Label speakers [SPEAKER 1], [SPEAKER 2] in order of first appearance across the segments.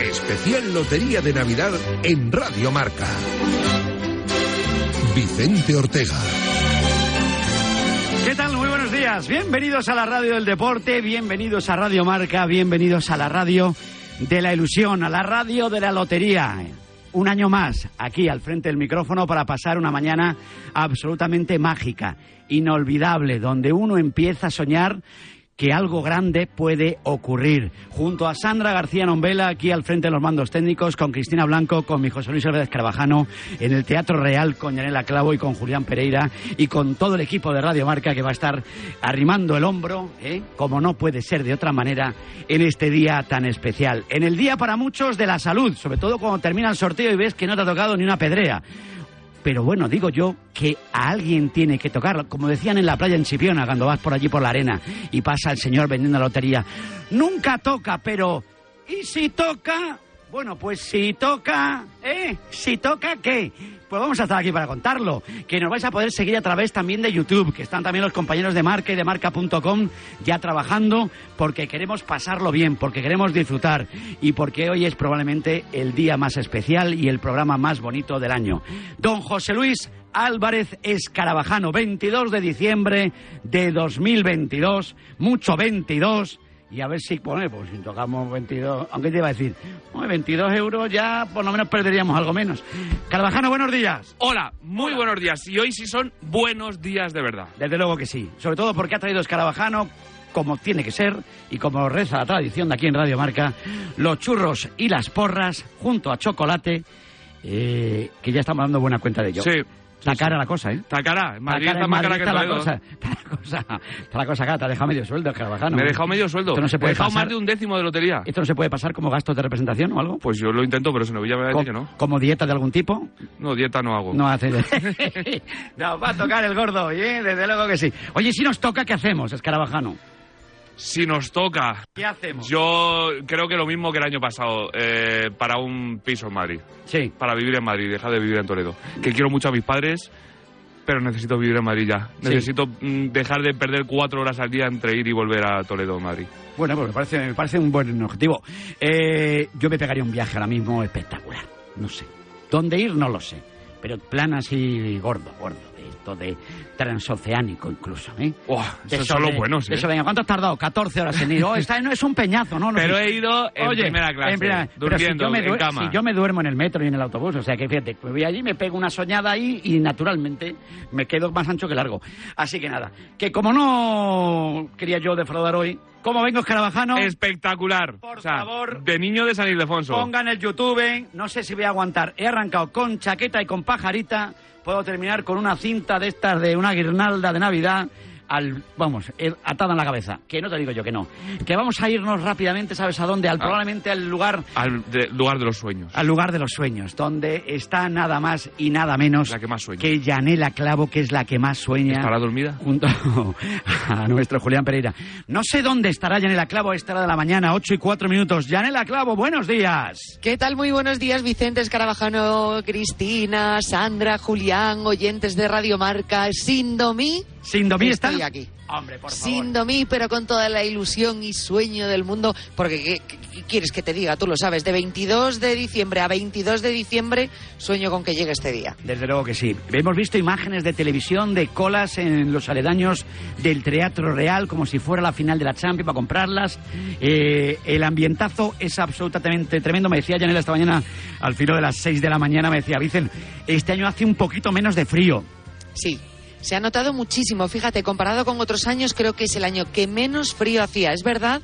[SPEAKER 1] Especial Lotería de Navidad en Radio Marca. Vicente Ortega.
[SPEAKER 2] ¿Qué tal? Muy buenos días. Bienvenidos a la radio del deporte, bienvenidos a Radio Marca, bienvenidos a la radio de la ilusión, a la radio de la lotería. Un año más aquí al frente del micrófono para pasar una mañana absolutamente mágica, inolvidable, donde uno empieza a soñar que algo grande puede ocurrir. Junto a Sandra García Nombela, aquí al frente de los mandos técnicos, con Cristina Blanco, con mi José Luis Álvarez Carvajano, en el Teatro Real, con Yanela Clavo y con Julián Pereira, y con todo el equipo de Radio Marca que va a estar arrimando el hombro, ¿eh? como no puede ser de otra manera, en este día tan especial. En el día para muchos de la salud, sobre todo cuando termina el sorteo y ves que no te ha tocado ni una pedrea. Pero bueno, digo yo que a alguien tiene que tocar. Como decían en la playa en Chipiona, cuando vas por allí por la arena y pasa el señor vendiendo la lotería. Nunca toca, pero. ¿Y si toca? Bueno, pues si toca, ¿eh? Si toca, ¿qué? Pues vamos a estar aquí para contarlo. Que nos vais a poder seguir a través también de YouTube, que están también los compañeros de Marca y de Marca.com ya trabajando, porque queremos pasarlo bien, porque queremos disfrutar y porque hoy es probablemente el día más especial y el programa más bonito del año. Don José Luis Álvarez Escarabajano, 22 de diciembre de 2022, mucho 22. Y a ver si, bueno, pues si tocamos 22, aunque te iba a decir, "Hombre, 22 euros ya por lo menos perderíamos algo menos. Carvajano, buenos días.
[SPEAKER 3] Hola, muy buenos días. Y hoy sí son buenos días de verdad.
[SPEAKER 2] Desde luego que sí. Sobre todo porque ha traído Escarabajano, como tiene que ser y como reza la tradición de aquí en Radio Marca, los churros y las porras junto a chocolate, eh, que ya estamos dando buena cuenta de ello.
[SPEAKER 3] Sí, sí,
[SPEAKER 2] Está cara la cosa, ¿eh?
[SPEAKER 3] Está cara, en Madrid
[SPEAKER 2] Está
[SPEAKER 3] está
[SPEAKER 2] en
[SPEAKER 3] más cara
[SPEAKER 2] Madrid
[SPEAKER 3] que
[SPEAKER 2] está la
[SPEAKER 3] Toledo.
[SPEAKER 2] cosa, está la cosa, está la cosa cara, te ha dejado medio sueldo, Carvajano.
[SPEAKER 3] Me he dejado medio sueldo.
[SPEAKER 2] Esto no se
[SPEAKER 3] Me
[SPEAKER 2] puede
[SPEAKER 3] he dejado
[SPEAKER 2] pasar.
[SPEAKER 3] más de un décimo de lotería.
[SPEAKER 2] ¿Esto no se puede pasar como gastos de representación o algo?
[SPEAKER 3] Pues yo lo intento, pero se me voy a decir que no. Oh.
[SPEAKER 2] Co- ¿Como dieta de algún tipo?
[SPEAKER 3] No, dieta no hago.
[SPEAKER 2] No hace. nos va a tocar el gordo hoy, ¿eh? Desde luego que sí. Oye, si nos toca, ¿qué hacemos, Escarabajano?
[SPEAKER 3] Si nos toca,
[SPEAKER 2] ¿Qué hacemos?
[SPEAKER 3] yo creo que lo mismo que el año pasado, eh, para un piso en Madrid.
[SPEAKER 2] Sí.
[SPEAKER 3] Para vivir en Madrid, dejar de vivir en Toledo. Que quiero mucho a mis padres, pero necesito vivir en Madrid ya.
[SPEAKER 2] Sí.
[SPEAKER 3] Necesito mm, dejar de perder cuatro horas al día entre ir y volver a Toledo, Madrid.
[SPEAKER 2] Bueno, pues me parece, me parece un buen objetivo. Eh, yo me pegaría un viaje ahora mismo espectacular. No sé. ¿Dónde ir? No lo sé. pero plan así gordo, gordo, de esto de transoceánico incluso, ¿eh?
[SPEAKER 3] Buah, eso
[SPEAKER 2] De eso
[SPEAKER 3] son los
[SPEAKER 2] de-
[SPEAKER 3] buenos,
[SPEAKER 2] de
[SPEAKER 3] ¿eh?
[SPEAKER 2] Eso, venga, ¿cuánto has tardado? 14 horas en ir. Oh, esta no es un peñazo, ¿no? no
[SPEAKER 3] Pero
[SPEAKER 2] sí.
[SPEAKER 3] he ido en primera clase,
[SPEAKER 2] pero si
[SPEAKER 3] durmiendo,
[SPEAKER 2] yo me
[SPEAKER 3] en
[SPEAKER 2] duer-
[SPEAKER 3] cama.
[SPEAKER 2] Si yo me duermo en el metro y en el autobús, o sea que fíjate, pues voy allí, me pego una soñada ahí y naturalmente me quedo más ancho que largo. Así que nada, que como no quería yo defraudar hoy, como vengo escarabajano,
[SPEAKER 3] Espectacular.
[SPEAKER 2] Por
[SPEAKER 3] O sea,
[SPEAKER 2] favor.
[SPEAKER 3] De niño de San Ildefonso.
[SPEAKER 2] pongan el YouTube, no sé si voy a aguantar. He arrancado con chaqueta y con pajarita, puedo terminar con una cinta de estas de una guirnalda de Navidad. Al, vamos, eh, atada en la cabeza. Que no te digo yo que no. Que vamos a irnos rápidamente, ¿sabes a dónde?
[SPEAKER 3] Ah.
[SPEAKER 2] Al, probablemente al lugar
[SPEAKER 3] Al de- lugar de los sueños.
[SPEAKER 2] al lugar de los sueños, donde está nada más y nada menos
[SPEAKER 3] La que más sueña.
[SPEAKER 2] que Yanela Clavo, que es la que más sueña.
[SPEAKER 3] ¿Estará dormida?
[SPEAKER 2] Junto a nuestro Julián Pereira. No sé dónde estará Yanela Clavo a esta hora de la mañana, 8 y 4 minutos. Yanela Clavo, buenos días.
[SPEAKER 4] ¿Qué tal? Muy buenos días, Vicente Escarabajano, Cristina, Sandra, Julián, oyentes de Radio Marca. Sin Domí,
[SPEAKER 2] Sin Domí
[SPEAKER 4] Estoy
[SPEAKER 2] está-
[SPEAKER 4] aquí.
[SPEAKER 2] Hombre, por favor.
[SPEAKER 4] sin Domí, pero con toda la ilusión y sueño del mundo, porque ¿qué, qué- qué quieres que te diga? Tú lo sabes, de 22 de diciembre a 22 de diciembre sueño con que llegue este día.
[SPEAKER 2] Desde luego que sí. Hemos visto imágenes de televisión de colas en los aledaños del Teatro Real, como si fuera la final de la Champions para comprarlas. Eh, el ambientazo es absolutamente tremendo. Me decía Janela esta mañana, al filo de las 6 de la mañana, me decía, Vicen, este año hace un poquito menos de frío.
[SPEAKER 4] Sí, se ha notado muchísimo. Fíjate, comparado con otros años, creo que es el año que menos frío hacía. Es verdad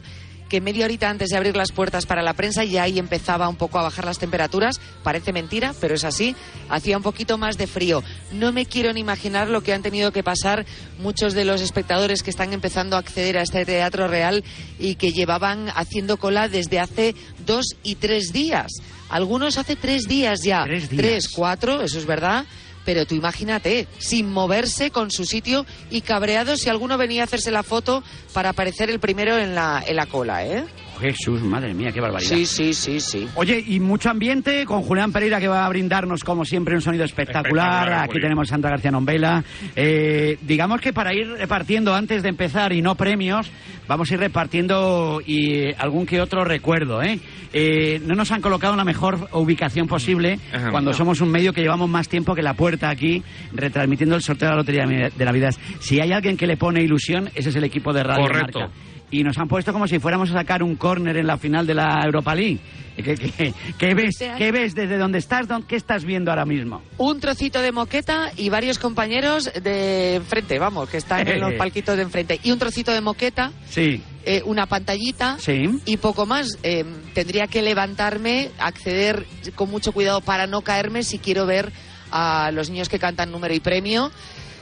[SPEAKER 4] que media horita antes de abrir las puertas para la prensa ya ahí empezaba un poco a bajar las temperaturas. Parece mentira, pero es así. Hacía un poquito más de frío. No me quiero ni imaginar lo que han tenido que pasar muchos de los espectadores que están empezando a acceder a este teatro real y que llevaban haciendo cola desde hace dos y tres días. Algunos hace tres días ya.
[SPEAKER 2] Tres días.
[SPEAKER 4] cuatro, eso es verdad. Pero tú imagínate, sin moverse con su sitio y cabreado si alguno venía a hacerse la foto para aparecer el primero en la, en la cola, ¿eh?
[SPEAKER 2] Jesús, madre mía, qué barbaridad.
[SPEAKER 4] Sí, sí, sí, sí.
[SPEAKER 2] Oye, y mucho ambiente con Julián Pereira que va a brindarnos, como siempre, un sonido espectacular.
[SPEAKER 3] Espectacular,
[SPEAKER 2] Aquí
[SPEAKER 3] Juli.
[SPEAKER 2] tenemos a Sandra García Nombela. Eh, digamos que para ir repartiendo antes de empezar y no premios, vamos a ir repartiendo y eh, algún que otro recuerdo. ¿eh? Eh, no nos han colocado en la mejor ubicación posible
[SPEAKER 3] Ajá.
[SPEAKER 2] cuando somos un medio que llevamos más tiempo que la puerta aquí retransmitiendo el sorteo de la Lotería de Navidad. Si hay alguien que le pone ilusión, ese es el equipo de Radio
[SPEAKER 3] Correcto.
[SPEAKER 2] Marca y nos han puesto como si fuéramos a sacar un córner en la final de la Europa League. ¿Qué, qué- qué ves?
[SPEAKER 4] Este año-
[SPEAKER 2] ¿Qué ves desde donde estás? don- ¿Qué estás viendo ahora mismo?
[SPEAKER 4] Un trocito de moqueta y varios compañeros de enfrente, vamos, que están en los palquitos de enfrente. Y un trocito de moqueta,
[SPEAKER 2] Sí,
[SPEAKER 4] eh, una pantallita
[SPEAKER 2] sí.
[SPEAKER 4] y poco más. Eh, tendría que levantarme, acceder con mucho cuidado para no caerme si quiero ver a los niños que cantan número y premio.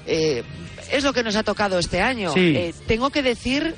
[SPEAKER 4] Eh, es lo que nos ha tocado este año.
[SPEAKER 2] Sí.
[SPEAKER 4] Eh, tengo que decir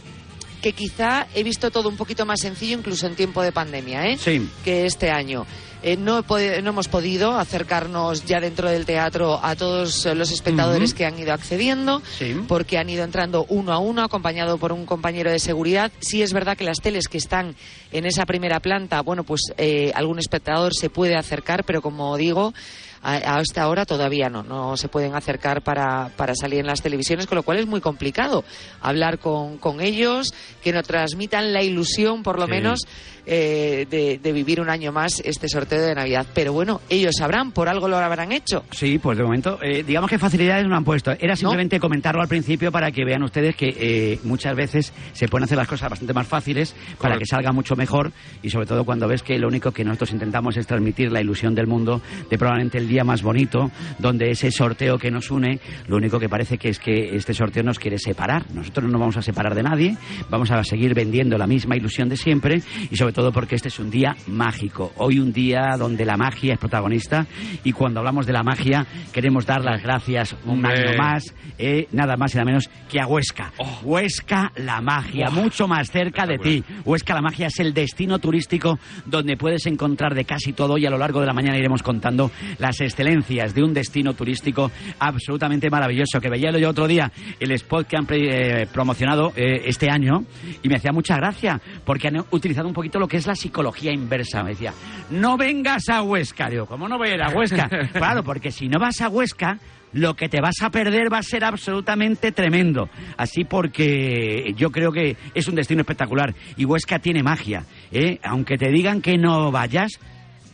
[SPEAKER 4] que quizá he visto todo un poquito más sencillo incluso en tiempo de pandemia, ¿eh?
[SPEAKER 2] Sí.
[SPEAKER 4] que este año. Eh, no, he podi- no hemos podido acercarnos ya dentro del teatro a todos eh, los espectadores
[SPEAKER 2] Ujú.
[SPEAKER 4] que han ido accediendo,
[SPEAKER 2] Sí.
[SPEAKER 4] porque han ido entrando uno a uno, acompañado por un compañero de seguridad. Sí es verdad que las teles que están en esa primera planta, bueno, pues eh, algún espectador se puede acercar, pero como digo, a, a esta hora todavía no, no se pueden acercar para, para salir en las televisiones, con lo cual es muy complicado hablar con, con ellos, que nos transmitan la ilusión, por lo
[SPEAKER 2] Sí.
[SPEAKER 4] menos, eh, de, de vivir un año más este sorteo de Navidad. Pero bueno, ellos sabrán, por algo lo habrán hecho.
[SPEAKER 2] Sí, pues de momento, eh, digamos que facilidades no han puesto. Era simplemente comentarlo al principio para que vean ustedes que eh, muchas veces se pueden hacer las cosas bastante más fáciles para
[SPEAKER 3] Correcto.
[SPEAKER 2] que salga mucho mejor y sobre todo cuando ves que lo único que nosotros intentamos es transmitir la ilusión del mundo de probablemente el día más bonito, donde ese sorteo que nos une, lo único que parece que es que este sorteo nos quiere separar. Nosotros no vamos a separar de nadie, vamos a seguir vendiendo la misma ilusión de siempre y sobre todo porque este es un día mágico. Hoy un día donde la magia es protagonista y cuando hablamos de la magia queremos dar las gracias un
[SPEAKER 3] Hombre.
[SPEAKER 2] año más, eh, nada más y nada menos que a Huesca.
[SPEAKER 3] Oh.
[SPEAKER 2] Huesca la magia, mucho más cerca de ti. Huesca la magia es el destino turístico donde puedes encontrar de casi todo y a lo largo de la mañana iremos contando las excelencias de un destino turístico absolutamente maravilloso que veía yo otro día el spot que han pre- eh, promocionado eh, este año y me hacía mucha gracia porque han utilizado un poquito lo que es la psicología inversa. Me decía, no vengas a Huesca. Digo, ¿cómo no voy a ir a Huesca? claro, porque si no vas a Huesca lo que te vas a perder va a ser absolutamente tremendo. Así porque yo creo que es un destino espectacular. Y Huesca tiene magia. ¿eh? Aunque te digan que no vayas,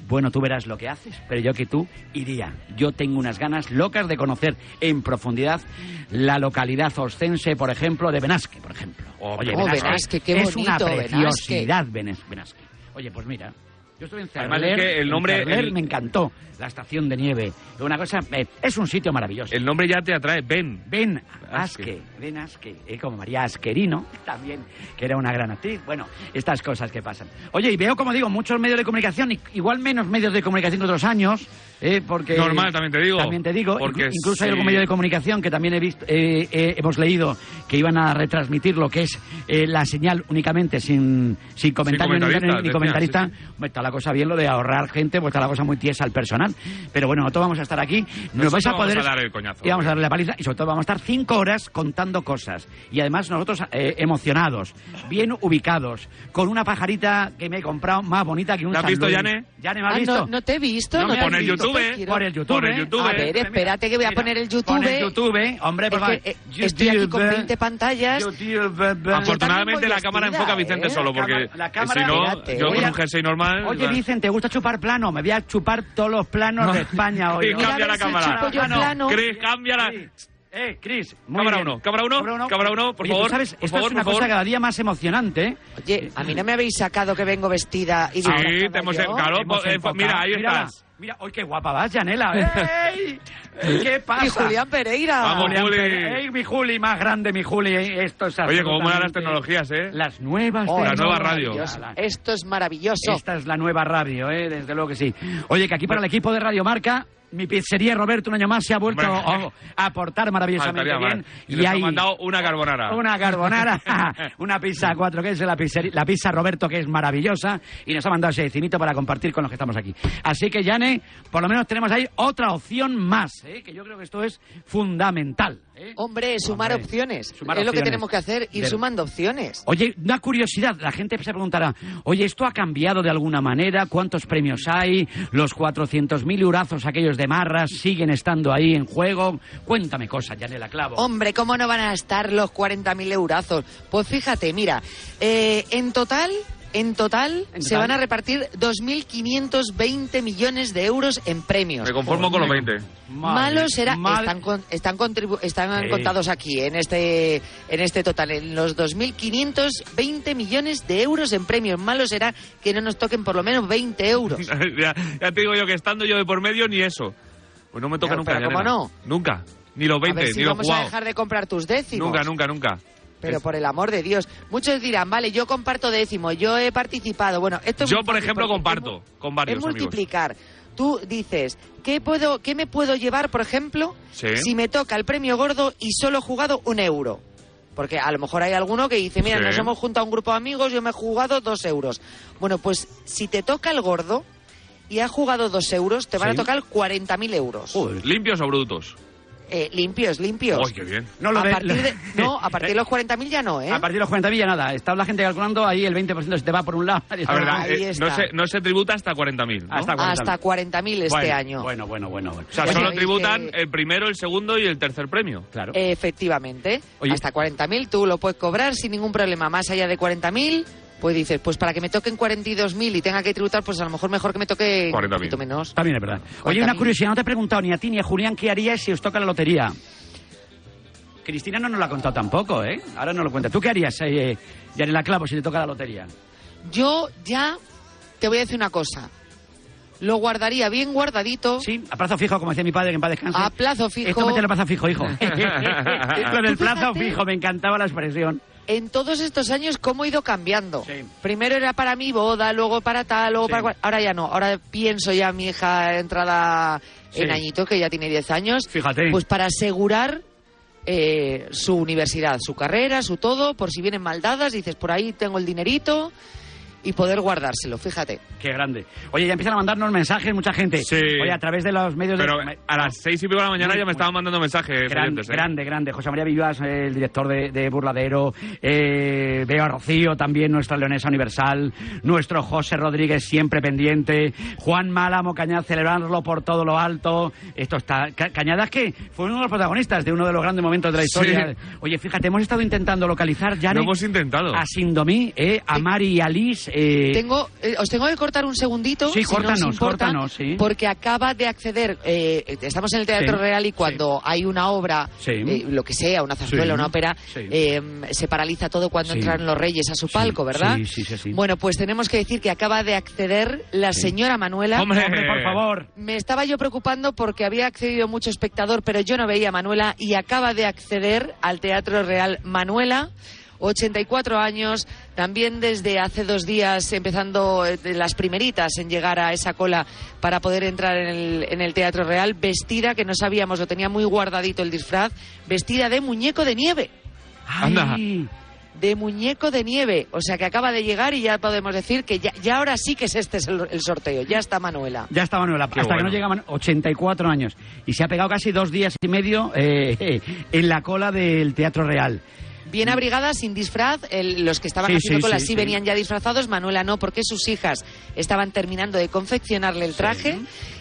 [SPEAKER 2] Bueno, tú verás lo que haces, pero yo que tú iría. Yo tengo unas ganas locas de conocer en profundidad la localidad oscense, por ejemplo, de Benasque, por ejemplo. Oye,
[SPEAKER 4] Oh, Benasque, qué
[SPEAKER 2] es una
[SPEAKER 4] bonito,
[SPEAKER 2] preciosidad Benes- Benasque. Oye, pues mira, yo estuve en
[SPEAKER 3] Además es
[SPEAKER 2] Cerler,
[SPEAKER 3] que el
[SPEAKER 2] en
[SPEAKER 3] nombre-
[SPEAKER 2] Cerler
[SPEAKER 3] el-
[SPEAKER 2] me encantó, la estación de nieve, una cosa, eh, es un sitio maravilloso.
[SPEAKER 3] El nombre ya te atrae, Ben.
[SPEAKER 2] Ben
[SPEAKER 3] Aske.
[SPEAKER 2] Aske, Ben Aske, eh, como María Asquerino, también, que era una gran actriz. Bueno, estas cosas que pasan. Oye, y veo, como digo, muchos medios de comunicación, i- igual menos medios de comunicación que otros años, eh, porque...
[SPEAKER 3] Normal, también te digo.
[SPEAKER 2] También te digo,
[SPEAKER 3] Porque
[SPEAKER 2] inclu- incluso hay
[SPEAKER 3] sí.
[SPEAKER 2] algún medio de comunicación que también he visto, eh, eh, hemos leído que iban a retransmitir lo que es eh, la señal únicamente sin, sin comentario ni-
[SPEAKER 3] comentarista,
[SPEAKER 2] ni,
[SPEAKER 3] decían,
[SPEAKER 2] comentarista.
[SPEAKER 3] sí,
[SPEAKER 2] Hombre, Está la cosa bien lo de ahorrar gente, pues está la cosa muy tiesa al personal. Pero bueno, nosotros vamos a estar aquí, nos
[SPEAKER 3] Nosotros
[SPEAKER 2] vais a
[SPEAKER 3] vamos
[SPEAKER 2] poder...
[SPEAKER 3] a dar el coñazo.
[SPEAKER 2] y vamos a darle la paliza y sobre todo vamos a estar cinco horas contando cosas. Y además nosotros eh, emocionados, bien ubicados, con una pajarita que me he comprado más bonita que un
[SPEAKER 3] ¿La has
[SPEAKER 2] San
[SPEAKER 3] visto,
[SPEAKER 2] Luis.
[SPEAKER 3] Yane?
[SPEAKER 2] ¿Yane me has
[SPEAKER 4] Ah,
[SPEAKER 2] visto?
[SPEAKER 4] no, no te he visto.
[SPEAKER 2] No,
[SPEAKER 4] No, te
[SPEAKER 2] pon
[SPEAKER 4] he
[SPEAKER 2] el
[SPEAKER 4] visto,
[SPEAKER 3] YouTube, ¿eh?
[SPEAKER 4] te quiero.
[SPEAKER 2] Por el YouTube. ¿eh?
[SPEAKER 3] Por el YouTube.
[SPEAKER 4] ¿eh?
[SPEAKER 3] ¿eh?
[SPEAKER 4] A ver, espérate que voy a poner el YouTube.
[SPEAKER 2] Pon el YouTube, hombre, por
[SPEAKER 4] Es
[SPEAKER 2] favor.
[SPEAKER 4] que, eh, estoy aquí con
[SPEAKER 2] YouTube,
[SPEAKER 4] 20 pantallas.
[SPEAKER 2] YouTube.
[SPEAKER 3] Afortunadamente
[SPEAKER 4] voy
[SPEAKER 3] la cámara
[SPEAKER 4] vestida,
[SPEAKER 3] enfoca a Vicente
[SPEAKER 4] ¿eh?
[SPEAKER 3] solo,
[SPEAKER 2] La
[SPEAKER 3] porque
[SPEAKER 2] cámara- la cámara-
[SPEAKER 3] si no,
[SPEAKER 4] Espérate,
[SPEAKER 3] yo
[SPEAKER 4] voy
[SPEAKER 3] con
[SPEAKER 4] a-
[SPEAKER 3] un jersey normal...
[SPEAKER 2] Oye, dicen, ¿te gusta chupar plano? Me voy a chupar todos los planos de España hoy.
[SPEAKER 3] Sí,
[SPEAKER 2] ¿no?
[SPEAKER 4] Mira, a
[SPEAKER 3] cambia
[SPEAKER 4] ver
[SPEAKER 3] la
[SPEAKER 4] si
[SPEAKER 3] cámara.
[SPEAKER 4] chupo yo
[SPEAKER 2] Ah, no.
[SPEAKER 4] plano.
[SPEAKER 3] Chris, cambia la...
[SPEAKER 2] Sí. Eh, Chris, muy
[SPEAKER 3] Cámara
[SPEAKER 2] bien.
[SPEAKER 3] uno, cámara uno, cámara uno, por
[SPEAKER 2] Oye, tú
[SPEAKER 3] favor,
[SPEAKER 2] sabes,
[SPEAKER 3] por
[SPEAKER 2] esto
[SPEAKER 3] favor,
[SPEAKER 2] es una
[SPEAKER 3] por
[SPEAKER 2] cosa
[SPEAKER 3] favor.
[SPEAKER 2] cada día más emocionante, ¿eh?
[SPEAKER 4] Oye, a mí no me habéis sacado que vengo vestida y de
[SPEAKER 3] Sí,
[SPEAKER 4] ahora
[SPEAKER 3] te
[SPEAKER 4] estaba
[SPEAKER 3] hemos-
[SPEAKER 4] yo.
[SPEAKER 3] claro,
[SPEAKER 2] Hemos
[SPEAKER 3] po- eh,
[SPEAKER 2] enfocado.
[SPEAKER 3] mira, ahí
[SPEAKER 2] Mírala,
[SPEAKER 3] estás.
[SPEAKER 2] pues Mira, hoy qué guapa vas, Janela. ¡Ey! ¿Qué pasa?
[SPEAKER 4] Eh, Y Julián Pereira.
[SPEAKER 3] Vamos,
[SPEAKER 2] Julián
[SPEAKER 3] Juli.
[SPEAKER 2] Pérez. ¡Ey, mi Juli! Más grande, mi Juli. eh, Esto es
[SPEAKER 3] Oye, cómo molan las
[SPEAKER 2] absolutamente-
[SPEAKER 3] tecnologías, ¿eh?
[SPEAKER 2] Las nuevas
[SPEAKER 4] Oh,
[SPEAKER 3] la
[SPEAKER 4] esto
[SPEAKER 3] nueva
[SPEAKER 4] es
[SPEAKER 3] radio.
[SPEAKER 4] maravilloso.
[SPEAKER 2] La-
[SPEAKER 4] Esto es maravilloso.
[SPEAKER 2] Esta es la nueva radio, ¿eh? desde luego que sí. Oye, que aquí para el equipo de Radio Marca, mi pizzería Roberto un año más se ha vuelto
[SPEAKER 3] Hombre.
[SPEAKER 2] oh, a aportar maravillosamente
[SPEAKER 3] Faltaría
[SPEAKER 2] bien.
[SPEAKER 3] más. Y nos ha
[SPEAKER 2] hay
[SPEAKER 3] mandado una carbonara.
[SPEAKER 2] Una carbonara, una pizza a cuatro, que es la, pizzería- la pizza Roberto, que es maravillosa, y nos ha mandado ese cinito para compartir con los que estamos aquí. Así que, Yane, por lo menos tenemos ahí otra opción más, ¿eh? que yo creo que esto es fundamental. ¿eh?
[SPEAKER 4] Hombre, sumar
[SPEAKER 2] Hombre,
[SPEAKER 4] opciones.
[SPEAKER 2] sumar
[SPEAKER 4] es lo que
[SPEAKER 2] opciones.
[SPEAKER 4] tenemos que hacer, ir
[SPEAKER 2] De-
[SPEAKER 4] sumando opciones.
[SPEAKER 2] Oye, una curiosidad, la gente se preguntará, oye, ¿esto ha cambiado de alguna manera? ¿Cuántos premios hay? ¿Los 400.000 eurazos aquellos de Marras siguen estando ahí en juego? Cuéntame cosas, ya la clavo.
[SPEAKER 4] Hombre, ¿cómo no van a estar los 40.000 eurazos? Pues fíjate, mira, eh, en total... En total,
[SPEAKER 2] En
[SPEAKER 4] se
[SPEAKER 2] total.
[SPEAKER 4] van a repartir 2.520 millones de euros en premios.
[SPEAKER 3] Me conformo con los 20.
[SPEAKER 2] Madre-
[SPEAKER 4] Malos será
[SPEAKER 2] mal-
[SPEAKER 4] están con- están, contribu- están
[SPEAKER 2] Sí.
[SPEAKER 4] contados aquí en este en este total en los 2.520 millones de euros en premios. Malo será que no nos toquen por lo menos 20 euros.
[SPEAKER 3] ya, ya te digo yo que estando yo de por medio, ni eso. Pues no me toca
[SPEAKER 4] Pero-
[SPEAKER 3] nunca.
[SPEAKER 4] pero
[SPEAKER 3] Yanela.
[SPEAKER 4] ¿cómo
[SPEAKER 3] Nunca. Ni los
[SPEAKER 4] A
[SPEAKER 3] 20,
[SPEAKER 4] ver si
[SPEAKER 3] ni los
[SPEAKER 4] vamos a
[SPEAKER 3] jugados.
[SPEAKER 4] dejar de comprar tus décimos.
[SPEAKER 3] Nunca, nunca, nunca.
[SPEAKER 4] Pero por el amor de Dios, muchos dirán, vale, yo comparto décimo, yo he participado. Bueno, esto es
[SPEAKER 3] Yo,
[SPEAKER 4] muy
[SPEAKER 3] por
[SPEAKER 4] fácil
[SPEAKER 3] ejemplo,
[SPEAKER 4] porque
[SPEAKER 3] comparto
[SPEAKER 4] es mu-
[SPEAKER 3] con varios
[SPEAKER 4] Es
[SPEAKER 3] amigos.
[SPEAKER 4] multiplicar. Tú dices, ¿qué, puedo, ¿qué me puedo llevar, por ejemplo,
[SPEAKER 3] Sí.
[SPEAKER 4] si me toca el premio gordo y solo he jugado un euro? Porque a lo mejor hay alguno que dice, mira,
[SPEAKER 3] Sí.
[SPEAKER 4] nos hemos juntado un grupo de amigos, yo me he jugado dos euros. Bueno, pues si te toca el gordo y has jugado dos euros, te van
[SPEAKER 2] Sí.
[SPEAKER 4] a tocar 40.000 euros.
[SPEAKER 2] Joder.
[SPEAKER 3] ¿Limpios o brutos?
[SPEAKER 4] Eh, limpios, limpios.
[SPEAKER 3] Uy, qué bien.
[SPEAKER 2] No, lo
[SPEAKER 4] a
[SPEAKER 2] de-
[SPEAKER 4] partir de,
[SPEAKER 2] lo-
[SPEAKER 4] no, a partir de los 40.000 ya no, ¿eh?
[SPEAKER 2] A partir de los 40 ya nada, está la gente calculando, ahí el 20% se te va por un lado.
[SPEAKER 3] La verdad,
[SPEAKER 4] Ahí
[SPEAKER 3] eh,
[SPEAKER 4] está.
[SPEAKER 3] no, se, no se tributa hasta 40.000. ¿no?
[SPEAKER 2] Hasta 40.000.
[SPEAKER 4] hasta 40.000 este
[SPEAKER 2] Bueno,
[SPEAKER 4] año.
[SPEAKER 2] Bueno, bueno, bueno. bueno.
[SPEAKER 3] O sea,
[SPEAKER 4] Oye,
[SPEAKER 3] solo
[SPEAKER 4] oye,
[SPEAKER 3] tributan
[SPEAKER 4] que-
[SPEAKER 3] el primero, el segundo y el tercer premio.
[SPEAKER 2] Claro.
[SPEAKER 4] Efectivamente,
[SPEAKER 2] Oye.
[SPEAKER 4] hasta 40.000 tú lo puedes cobrar sin ningún problema. Más allá de 40.000, pues dices, pues para que me toquen 42.000 y tenga que tributar, pues a lo mejor mejor que me toque un
[SPEAKER 3] 40.000.
[SPEAKER 4] poquito menos.
[SPEAKER 2] También es verdad. Oye, una
[SPEAKER 4] 40.000.
[SPEAKER 2] curiosidad, no te he preguntado ni a ti ni a Julián qué haríais si os toca la lotería. Cristina no nos lo ha contado tampoco, ¿eh? Ahora no lo cuenta. ¿Tú qué harías, eh, Yanela Clavo, si te toca la lotería?
[SPEAKER 4] Yo ya te voy a decir una cosa. Lo guardaría bien guardadito.
[SPEAKER 2] Sí, a plazo fijo, como decía mi padre, que en paz descanse.
[SPEAKER 4] A plazo fijo.
[SPEAKER 2] Esto mételo a plazo fijo, hijo. Con el plazo fijo, me encantaba la expresión.
[SPEAKER 4] en todos estos años cómo he ido cambiando.
[SPEAKER 2] Sí.
[SPEAKER 4] Primero era para mi boda, luego para tal, luego
[SPEAKER 2] Sí.
[SPEAKER 4] para cual. Ahora ya no, ahora pienso ya mi hija entrada en
[SPEAKER 2] Sí.
[SPEAKER 4] añitos, que ya tiene 10 años.
[SPEAKER 2] Fíjate.
[SPEAKER 4] Pues para asegurar eh, su universidad, su carrera, su todo, por si vienen maldadas, dices, por ahí tengo el dinerito y poder guardárselo, fíjate.
[SPEAKER 2] Qué grande. Oye, ya empiezan a mandarnos mensajes mucha gente.
[SPEAKER 3] Sí.
[SPEAKER 2] Oye, a través de los medios
[SPEAKER 3] Pero
[SPEAKER 2] de...
[SPEAKER 3] a las seis y pico de la mañana
[SPEAKER 2] Muy-
[SPEAKER 3] ya me estaban mandando mensajes.
[SPEAKER 2] Gran-
[SPEAKER 3] oyentes, ¿eh?
[SPEAKER 2] Grande, grande. José María Vivas, eh, el director de, de Burladero. eh, veo a Rocío también, nuestra leonesa universal. Nuestro José Rodríguez, siempre pendiente. Juan Málamo Cañada, celebrarlo por todo lo alto. Esto está. Ca- Cañadas que fue uno de los protagonistas de uno de los grandes momentos de la historia.
[SPEAKER 3] Sí.
[SPEAKER 2] Oye, fíjate, hemos estado intentando localizar ya
[SPEAKER 3] Lo hemos intentado.
[SPEAKER 2] a Sindomí, eh, a Mari y a Liz, eh,
[SPEAKER 4] Tengo, eh, os tengo que cortar un segundito.
[SPEAKER 2] Sí,
[SPEAKER 4] si no os
[SPEAKER 2] córtanos,
[SPEAKER 4] importa,
[SPEAKER 2] córtanos, sí.
[SPEAKER 4] Porque acaba de acceder. eh, estamos en el Teatro
[SPEAKER 2] Sí,
[SPEAKER 4] Real y cuando hay una obra,
[SPEAKER 2] Sí.
[SPEAKER 4] eh, lo que sea, una zarzuela,
[SPEAKER 2] Sí,
[SPEAKER 4] una ópera,
[SPEAKER 2] sí.
[SPEAKER 4] eh, se paraliza todo cuando
[SPEAKER 2] Sí.
[SPEAKER 4] entran los reyes a su
[SPEAKER 2] Sí,
[SPEAKER 4] palco, ¿verdad?
[SPEAKER 2] sí, sí, sí, sí.
[SPEAKER 4] Bueno, pues tenemos que decir que acaba de acceder la señora Manuela.
[SPEAKER 3] Hombre.
[SPEAKER 2] hombre, por favor.
[SPEAKER 4] Me estaba yo preocupando porque había accedido mucho espectador, pero yo no veía a Manuela y acaba de acceder al Teatro Real Manuela. 84 años, también desde hace dos días empezando eh, de las primeritas en llegar a esa cola para poder entrar en el, en el Teatro Real, vestida, que no sabíamos, lo tenía muy guardadito el disfraz, vestida de muñeco de nieve,
[SPEAKER 3] Anda.
[SPEAKER 2] Ay,
[SPEAKER 4] de muñeco de nieve. O sea que acaba de llegar y ya podemos decir que ya, ya ahora sí que es este es el- el sorteo, ya está Manuela.
[SPEAKER 2] Ya está Manuela,
[SPEAKER 3] Qué
[SPEAKER 2] hasta que
[SPEAKER 3] bueno.
[SPEAKER 2] no llegaban 84 años. Y se ha pegado casi dos días y medio eh, en la cola del Teatro Real.
[SPEAKER 4] Bien abrigada, sin disfraz. el- los que estaban
[SPEAKER 2] Sí,
[SPEAKER 4] haciendo
[SPEAKER 2] sí,
[SPEAKER 4] cola
[SPEAKER 2] sí,
[SPEAKER 4] sí,
[SPEAKER 2] sí.
[SPEAKER 4] venían ya disfrazados. Manuela no, porque sus hijas estaban terminando de confeccionarle el traje.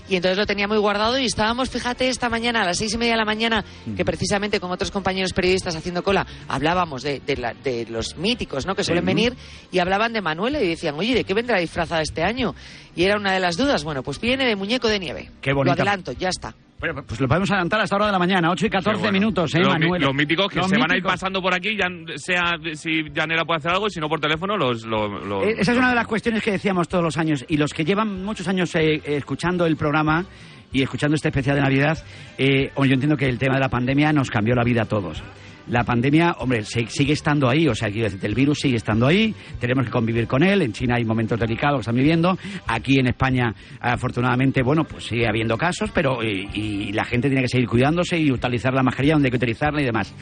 [SPEAKER 4] Y entonces lo tenía muy guardado. Y estábamos, fíjate, esta mañana, a las seis y media de la mañana, que precisamente con otros compañeros periodistas haciendo cola, hablábamos de, de la- de los míticos ¿no? que suelen venir. Y hablaban de Manuela y decían, oye, ¿de qué vendrá disfrazada este año? Y era una de las dudas. Bueno, pues viene de muñeco de nieve.
[SPEAKER 2] Qué
[SPEAKER 4] Lo
[SPEAKER 2] bonita.
[SPEAKER 4] adelanto, ya está.
[SPEAKER 2] Bueno, pues lo podemos adelantar hasta la hora de la mañana, 8 y 14
[SPEAKER 3] Qué bueno.
[SPEAKER 2] minutos, ¿eh,
[SPEAKER 3] los, mi-
[SPEAKER 2] Manuela?
[SPEAKER 3] los míticos que
[SPEAKER 2] Los
[SPEAKER 3] se van a ir
[SPEAKER 2] míticos.
[SPEAKER 3] pasando por aquí, ya, sea si Janela puede hacer algo, y si no por teléfono, los... los- los-
[SPEAKER 2] Eh, Esa es una de las cuestiones que decíamos todos los años. Y los que llevan muchos años eh, eh, escuchando el programa y escuchando este especial de Navidad, eh, hombre, yo entiendo que el tema de la pandemia nos cambió la vida a todos. La pandemia, hombre, se- sigue estando ahí, o sea, quiero decirte, el virus sigue estando ahí, tenemos que convivir con él, en China hay momentos delicados que están viviendo, aquí en España, afortunadamente, bueno, pues sigue habiendo casos, pero eh, y la gente tiene que seguir cuidándose y utilizar la mascarilla donde hay que utilizarla y demás.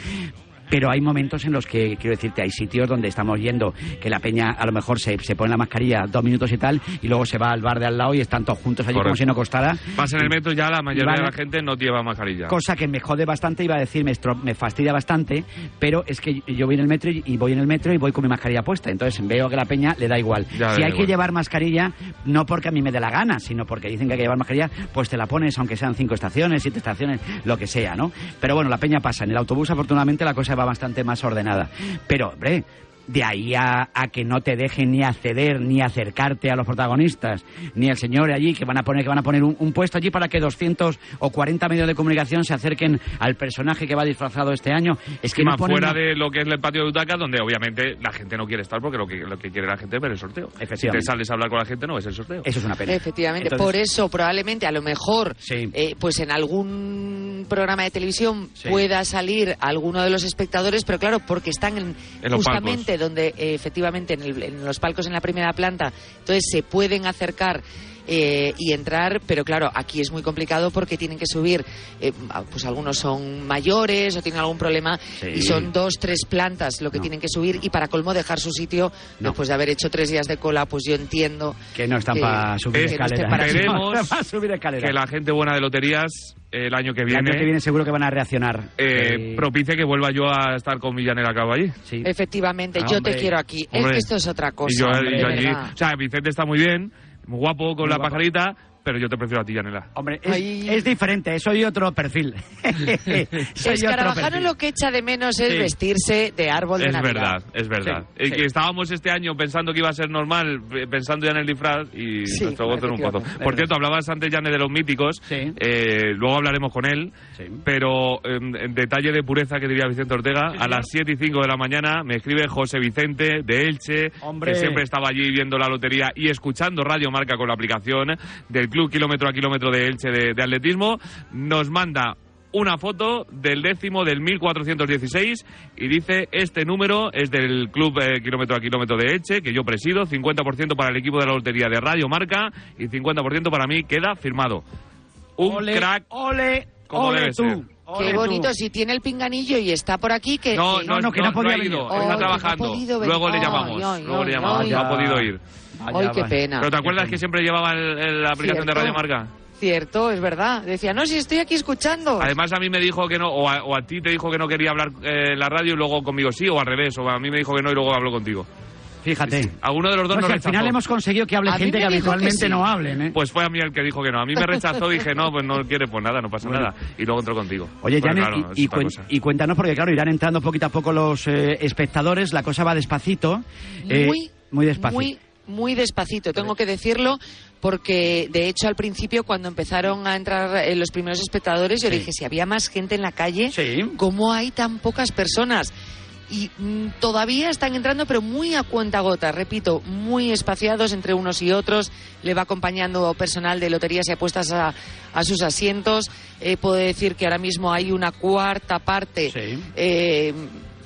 [SPEAKER 2] Pero hay momentos en los que, quiero decirte, hay sitios donde estamos yendo que la peña a lo mejor se, se pone la mascarilla dos minutos y tal, y luego se va al bar de al lado y están todos juntos allí como
[SPEAKER 3] Correcto.
[SPEAKER 2] si no costara.
[SPEAKER 3] Vas en el metro ya la mayoría
[SPEAKER 2] Van-
[SPEAKER 3] de la gente no lleva mascarilla.
[SPEAKER 2] Cosa que me jode bastante, iba a decir, me, estro- me fastidia bastante, pero es que yo voy en el metro y y voy en el metro y voy con mi mascarilla puesta. Entonces veo que la peña le da igual.
[SPEAKER 3] Ya,
[SPEAKER 2] si
[SPEAKER 3] da
[SPEAKER 2] hay que
[SPEAKER 3] igual.
[SPEAKER 2] llevar mascarilla, no porque a mí me dé la gana, sino porque dicen que hay que llevar mascarilla, pues te la pones, aunque sean cinco estaciones, siete estaciones, lo que sea, ¿no? Pero bueno, la peña pasa. En el autobús, afortunadamente, la cosa va bastante más ordenada. Pero, hombre. De ahí a, a que no te dejen ni acceder, ni acercarte a los protagonistas, ni al señor allí que van a poner, que van a poner un, un puesto allí para que 200 o 40 medios de comunicación se acerquen al personaje que va disfrazado este año. Es que
[SPEAKER 3] Encima,
[SPEAKER 2] no ponen
[SPEAKER 3] fuera
[SPEAKER 2] una-
[SPEAKER 3] de lo que es el patio de butacas, donde obviamente la gente no quiere estar porque lo que, lo que quiere la gente es ver el sorteo. Si
[SPEAKER 2] Efectivamente.
[SPEAKER 3] te sales a hablar con la gente, no es el sorteo.
[SPEAKER 2] Eso es una
[SPEAKER 4] Eh,
[SPEAKER 2] pena.
[SPEAKER 4] Efectivamente,
[SPEAKER 2] Entonces-
[SPEAKER 4] por eso probablemente a lo mejor
[SPEAKER 2] Sí.
[SPEAKER 4] eh, pues en algún programa de televisión
[SPEAKER 2] Sí.
[SPEAKER 4] pueda salir alguno de los espectadores, pero claro, porque están en-
[SPEAKER 3] En los
[SPEAKER 4] justamente donde eh, efectivamente en, el- en los palcos en la primera planta, entonces se pueden acercar. eh, y entrar, pero claro, aquí es muy complicado porque tienen que subir, eh, a- pues algunos son mayores o tienen algún problema
[SPEAKER 2] Sí.
[SPEAKER 4] y son dos, tres plantas lo que
[SPEAKER 2] No.
[SPEAKER 4] tienen que subir y para colmo dejar su sitio
[SPEAKER 2] No.
[SPEAKER 4] después de haber hecho tres días de cola, pues yo entiendo
[SPEAKER 2] Que no están
[SPEAKER 4] que-
[SPEAKER 2] para subir
[SPEAKER 4] que no esté
[SPEAKER 2] escaleras.
[SPEAKER 4] para-
[SPEAKER 3] Esperemos
[SPEAKER 2] No están para subir escaleras.
[SPEAKER 3] Que la gente buena de loterías, el año que
[SPEAKER 2] El año
[SPEAKER 3] viene,
[SPEAKER 2] que viene seguro que van a reaccionar.
[SPEAKER 3] eh,
[SPEAKER 2] Eh,
[SPEAKER 3] propicie que vuelva yo a estar con Villanera Cabo allí.
[SPEAKER 2] sí.
[SPEAKER 4] Efectivamente,
[SPEAKER 2] Ah,
[SPEAKER 4] yo
[SPEAKER 2] hombre.
[SPEAKER 4] te quiero aquí. Es
[SPEAKER 3] Hombre.
[SPEAKER 4] que esto es otra cosa.
[SPEAKER 3] y yo,
[SPEAKER 4] hombre,
[SPEAKER 3] y yo
[SPEAKER 4] de
[SPEAKER 3] allí.
[SPEAKER 4] verdad.
[SPEAKER 3] O sea, Vicente está muy bien, muy guapo con
[SPEAKER 2] Muy
[SPEAKER 3] la
[SPEAKER 2] guapo.
[SPEAKER 3] pajarita, pero yo te prefiero a ti, Janela.
[SPEAKER 2] Hombre, es,
[SPEAKER 4] Ahí-
[SPEAKER 2] es diferente, soy otro perfil. soy otro
[SPEAKER 4] Escarabajano
[SPEAKER 2] perfil.
[SPEAKER 4] lo que echa de menos es
[SPEAKER 2] Sí.
[SPEAKER 4] vestirse de árbol de
[SPEAKER 3] Es
[SPEAKER 4] Navidad.
[SPEAKER 3] verdad, es verdad.
[SPEAKER 2] Sí,
[SPEAKER 3] Eh,
[SPEAKER 2] sí.
[SPEAKER 3] Que estábamos este año pensando que iba a ser normal, eh, pensando ya en el disfraz y
[SPEAKER 4] Sí,
[SPEAKER 3] nuestro gozo en un pozo.
[SPEAKER 4] efectivamente,
[SPEAKER 3] Por
[SPEAKER 2] verdad.
[SPEAKER 3] cierto, hablabas antes, Jane, de los míticos.
[SPEAKER 2] Sí.
[SPEAKER 3] Eh, luego hablaremos con él.
[SPEAKER 2] Sí.
[SPEAKER 3] Pero eh, en detalle de pureza que diría Vicente Ortega, a las 7 y 5 de la mañana me escribe José Vicente de Elche,
[SPEAKER 2] Hombre.
[SPEAKER 3] que siempre estaba allí viendo la lotería y escuchando Radio Marca con la aplicación del Club Kilómetro a Kilómetro de Elche de, de Atletismo. Nos manda una foto del décimo del 1416 y dice este número es del Club eh, Kilómetro a Kilómetro de Elche que yo presido, 50% para el equipo de la lotería de Radio Marca y 50% para mí queda firmado. Un
[SPEAKER 2] Ole,
[SPEAKER 3] crack
[SPEAKER 2] Ole,
[SPEAKER 3] como
[SPEAKER 2] ole
[SPEAKER 3] debe
[SPEAKER 2] tú.
[SPEAKER 3] ser.
[SPEAKER 2] ole
[SPEAKER 4] Qué
[SPEAKER 2] tú.
[SPEAKER 4] bonito, si tiene el pinganillo y está por aquí, que...
[SPEAKER 3] No,
[SPEAKER 4] Eh, que-
[SPEAKER 3] no,
[SPEAKER 2] no, que no podía
[SPEAKER 3] ha ido,
[SPEAKER 2] venir.
[SPEAKER 4] Oh, que no
[SPEAKER 3] está
[SPEAKER 4] ha
[SPEAKER 3] trabajando.
[SPEAKER 4] podido venir.
[SPEAKER 3] Luego le
[SPEAKER 4] Ay,
[SPEAKER 3] llamamos,
[SPEAKER 4] ay,
[SPEAKER 3] luego le
[SPEAKER 4] ay,
[SPEAKER 3] llamamos,
[SPEAKER 4] ay.
[SPEAKER 3] no ha podido ir.
[SPEAKER 2] Vaya,
[SPEAKER 4] Ay, qué
[SPEAKER 2] vaya.
[SPEAKER 4] pena.
[SPEAKER 3] ¿Pero te acuerdas que siempre llevaba el- el- la aplicación de
[SPEAKER 4] Cierto.
[SPEAKER 3] Radio Marca?
[SPEAKER 4] Cierto, es verdad. Decía, no, si estoy aquí escuchando.
[SPEAKER 3] Además a mí me dijo que no, o a, o a ti te dijo que no quería hablar eh, en la radio y luego conmigo sí, o al revés, o a mí me dijo que no y luego hablo contigo.
[SPEAKER 2] Fíjate.
[SPEAKER 3] Alguno de los dos
[SPEAKER 2] No,
[SPEAKER 3] nos
[SPEAKER 2] si Pues al
[SPEAKER 3] rechazó.
[SPEAKER 2] final hemos conseguido que hable
[SPEAKER 4] A mí
[SPEAKER 2] gente
[SPEAKER 4] me
[SPEAKER 2] que
[SPEAKER 4] dijo que
[SPEAKER 2] habitualmente
[SPEAKER 4] sí.
[SPEAKER 2] no hablen, ¿eh?
[SPEAKER 3] Pues fue a mí el que dijo que no. A mí me rechazó, dije no, pues no quiere, pues nada, no pasa
[SPEAKER 2] Bueno.
[SPEAKER 3] nada. Y luego entró contigo.
[SPEAKER 2] Oye,
[SPEAKER 3] Bueno,
[SPEAKER 2] Janet,
[SPEAKER 3] claro,
[SPEAKER 2] y,
[SPEAKER 3] es
[SPEAKER 2] y
[SPEAKER 3] otra
[SPEAKER 2] cuen-
[SPEAKER 3] cosa.
[SPEAKER 2] y cuéntanos, porque claro, irán entrando poquito a poco los eh, espectadores, la cosa va despacito. eh,
[SPEAKER 4] Muy,
[SPEAKER 2] muy despacio.
[SPEAKER 4] muy muy despacito, tengo que decirlo, porque de hecho al principio cuando empezaron a entrar eh, los primeros espectadores yo
[SPEAKER 2] Sí.
[SPEAKER 4] dije, si había más gente en la calle,
[SPEAKER 2] Sí.
[SPEAKER 4] ¿cómo hay tan pocas personas? Y mm, todavía están entrando, pero muy a cuenta gota, repito, muy espaciados entre unos y otros. Le va acompañando personal de loterías y apuestas a, a sus asientos. Eh, puedo decir que ahora mismo hay una cuarta parte
[SPEAKER 2] Sí.
[SPEAKER 4] eh,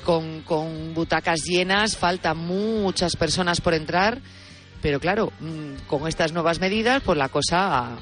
[SPEAKER 4] con, con butacas llenas, faltan muchas personas por entrar, pero claro, mm, con estas nuevas medidas, pues la cosa,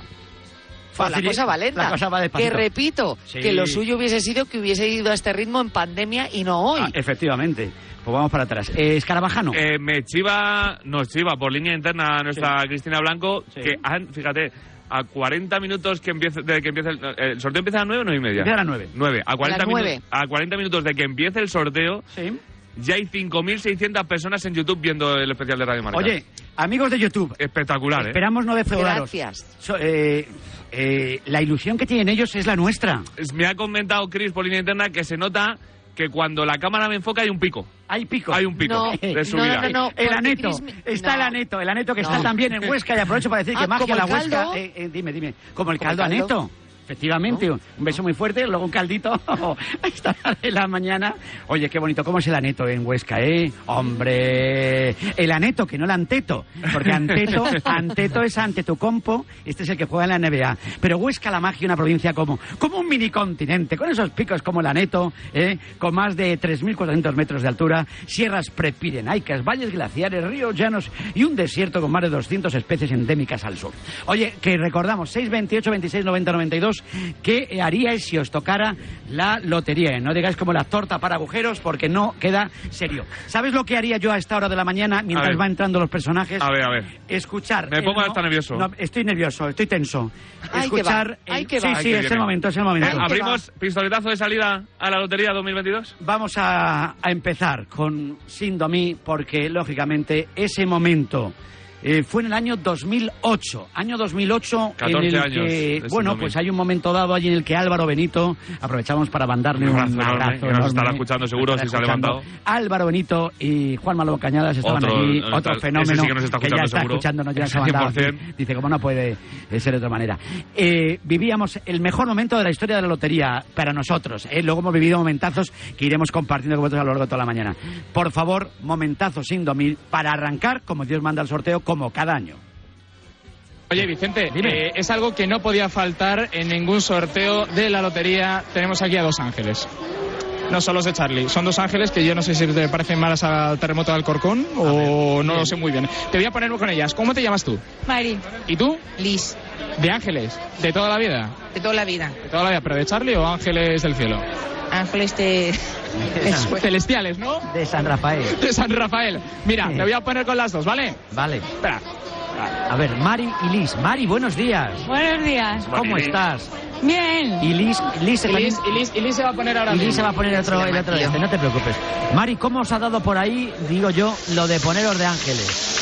[SPEAKER 4] pues la
[SPEAKER 2] Facili-
[SPEAKER 4] cosa va lenta.
[SPEAKER 2] la cosa va
[SPEAKER 4] que
[SPEAKER 2] despacito.
[SPEAKER 4] repito,
[SPEAKER 2] Sí.
[SPEAKER 4] que lo suyo hubiese sido que hubiese ido a este ritmo en pandemia y no hoy.
[SPEAKER 2] Ah, efectivamente. Pues vamos para atrás. Eh, Escarabajano.
[SPEAKER 3] Eh, me chiva, nos chiva por línea interna a nuestra Cristina Blanco,
[SPEAKER 2] Sí.
[SPEAKER 3] que han, fíjate, a 40 minutos que empiece, de que empiece el, el sorteo empieza a 9 o 9 y media.
[SPEAKER 2] Empieza a las nueve.
[SPEAKER 3] 9. A 40,
[SPEAKER 4] las nueve.
[SPEAKER 3] minutos- a 40 minutos de que empiece el sorteo,
[SPEAKER 2] Sí.
[SPEAKER 3] ya hay 5.600 personas en YouTube viendo el especial de Radio Marca.
[SPEAKER 2] Oye, amigos de YouTube,
[SPEAKER 3] Espectacular, ¿eh?
[SPEAKER 2] esperamos no defraudaros.
[SPEAKER 4] Gracias.
[SPEAKER 2] So- eh, eh, la ilusión que tienen ellos es la nuestra.
[SPEAKER 3] Me ha comentado Chris por línea interna que se nota que cuando la cámara me enfoca hay un pico.
[SPEAKER 2] Hay pico.
[SPEAKER 3] Hay un pico
[SPEAKER 4] No,
[SPEAKER 3] de
[SPEAKER 4] no,
[SPEAKER 3] subida.
[SPEAKER 4] no, no, no.
[SPEAKER 2] El
[SPEAKER 4] porque
[SPEAKER 2] aneto,
[SPEAKER 4] Cris me-
[SPEAKER 2] está el
[SPEAKER 4] no.
[SPEAKER 2] aneto, el aneto que
[SPEAKER 4] No.
[SPEAKER 2] está también en Huesca y aprovecho para decir
[SPEAKER 4] Ah,
[SPEAKER 2] que magia
[SPEAKER 4] ¿como el
[SPEAKER 2] la Huesca.
[SPEAKER 4] caldo?
[SPEAKER 2] Eh, eh, dime, dime, como el
[SPEAKER 4] ¿Como el
[SPEAKER 2] caldo
[SPEAKER 4] caldo?
[SPEAKER 2] aneto. Efectivamente, un beso muy fuerte, luego un caldito a esta hora de la mañana. Oye, qué bonito, ¿cómo es el aneto en Huesca, eh? Hombre, el aneto, que no el anteto, porque anteto, anteto es ante tu compo, este es el que juega en la NBA. Pero Huesca la magia, una provincia como, como un minicontinente, con esos picos como el aneto, eh, con más de 3.400 metros de altura, sierras prepirenaicas, valles glaciares, ríos llanos y un desierto con más de 200 especies endémicas al sur. Oye, que recordamos, 628 26 90 92, ¿qué haríais si os tocara la lotería? eh? No digáis como la torta para agujeros porque no queda serio. ¿Sabes lo que haría yo a esta hora de la mañana
[SPEAKER 3] A
[SPEAKER 2] mientras
[SPEAKER 3] ver.
[SPEAKER 2] van entrando los personajes?
[SPEAKER 3] A ver, a ver.
[SPEAKER 2] Escuchar.
[SPEAKER 3] Me
[SPEAKER 2] el
[SPEAKER 3] pongo
[SPEAKER 2] no-
[SPEAKER 3] hasta nervioso.
[SPEAKER 2] no, estoy nervioso, estoy tenso.
[SPEAKER 4] Ahí que va,
[SPEAKER 2] Escuchar. el-
[SPEAKER 4] ahí que
[SPEAKER 2] sí,
[SPEAKER 4] va.
[SPEAKER 2] sí,
[SPEAKER 3] Ahí que
[SPEAKER 2] es el
[SPEAKER 3] viene.
[SPEAKER 2] momento, es el momento.
[SPEAKER 3] Eh, ¿Abrimos pistoletazo de salida a la Lotería 2022?
[SPEAKER 2] Vamos a, a empezar con Sindomí porque, lógicamente, ese momento eh, fue en el año 2008. Año 2008 en
[SPEAKER 3] 14
[SPEAKER 2] el
[SPEAKER 3] años
[SPEAKER 2] que,
[SPEAKER 3] de
[SPEAKER 2] bueno,
[SPEAKER 3] Sin
[SPEAKER 2] pues
[SPEAKER 3] Domí.
[SPEAKER 2] hay un momento dado allí en el que Álvaro Benito, aprovechamos para mandarle
[SPEAKER 3] Un
[SPEAKER 2] un
[SPEAKER 3] abrazo
[SPEAKER 2] abrazo,
[SPEAKER 3] enorme, que nos
[SPEAKER 2] enorme.
[SPEAKER 3] estará escuchando seguro,
[SPEAKER 2] Nos
[SPEAKER 3] si se ha
[SPEAKER 2] escuchando.
[SPEAKER 3] levantado.
[SPEAKER 2] Álvaro Benito y Juan Malo Cañadas Pues estaban
[SPEAKER 3] Otro,
[SPEAKER 2] allí,
[SPEAKER 3] no está-
[SPEAKER 2] otro
[SPEAKER 3] ese
[SPEAKER 2] fenómeno
[SPEAKER 3] sí que nos está
[SPEAKER 2] ya
[SPEAKER 3] escuchando
[SPEAKER 2] está
[SPEAKER 3] seguro.
[SPEAKER 2] escuchándonos, ya se ha
[SPEAKER 3] 100%.
[SPEAKER 2] mandado. Dice, ¿cómo no puede eh, ser de otra manera? Eh, vivíamos el mejor momento de la historia de la lotería para nosotros. eh. Luego hemos vivido momentazos que iremos compartiendo con vosotros a lo largo de toda la mañana. Por favor, momentazos sin domil para arrancar, como Dios manda el sorteo, como cada año.
[SPEAKER 5] Oye, Vicente,
[SPEAKER 2] Dime.
[SPEAKER 5] eh, es algo que no podía faltar en ningún sorteo de la lotería. Tenemos aquí a dos ángeles. No son los de Charlie, son dos ángeles que yo no sé si te parecen malas al terremoto de Alcorcón o no lo sé muy bien. Te voy a ponerme con ellas. ¿Cómo te llamas tú?
[SPEAKER 6] Mari,
[SPEAKER 5] ¿Y tú?
[SPEAKER 6] Liz,
[SPEAKER 5] ¿De ángeles? ¿De toda la vida?
[SPEAKER 6] de toda la vida.
[SPEAKER 5] ¿De toda la vida? ¿Pero de Charlie o ángeles del cielo?
[SPEAKER 6] Ángeles de...
[SPEAKER 5] Celestiales, ¿no?
[SPEAKER 2] De San Rafael.
[SPEAKER 5] De San Rafael. Mira,
[SPEAKER 2] Sí.
[SPEAKER 5] te voy a poner con las dos, ¿vale?
[SPEAKER 2] Vale.
[SPEAKER 5] Espera.
[SPEAKER 2] A ver, Mari y Liz. Mari, buenos días.
[SPEAKER 6] Buenos días.
[SPEAKER 2] ¿Cómo estás?
[SPEAKER 6] Bien.
[SPEAKER 2] Y Liz, Liz,
[SPEAKER 5] Y
[SPEAKER 2] también-
[SPEAKER 5] Liz, y Liz- y Liz se va a poner ahora
[SPEAKER 2] Y Liz
[SPEAKER 5] mismo.
[SPEAKER 2] se va a poner otro, el otro de este, no te preocupes. Mari, ¿cómo os ha dado por ahí, digo yo, lo de poneros de ángeles?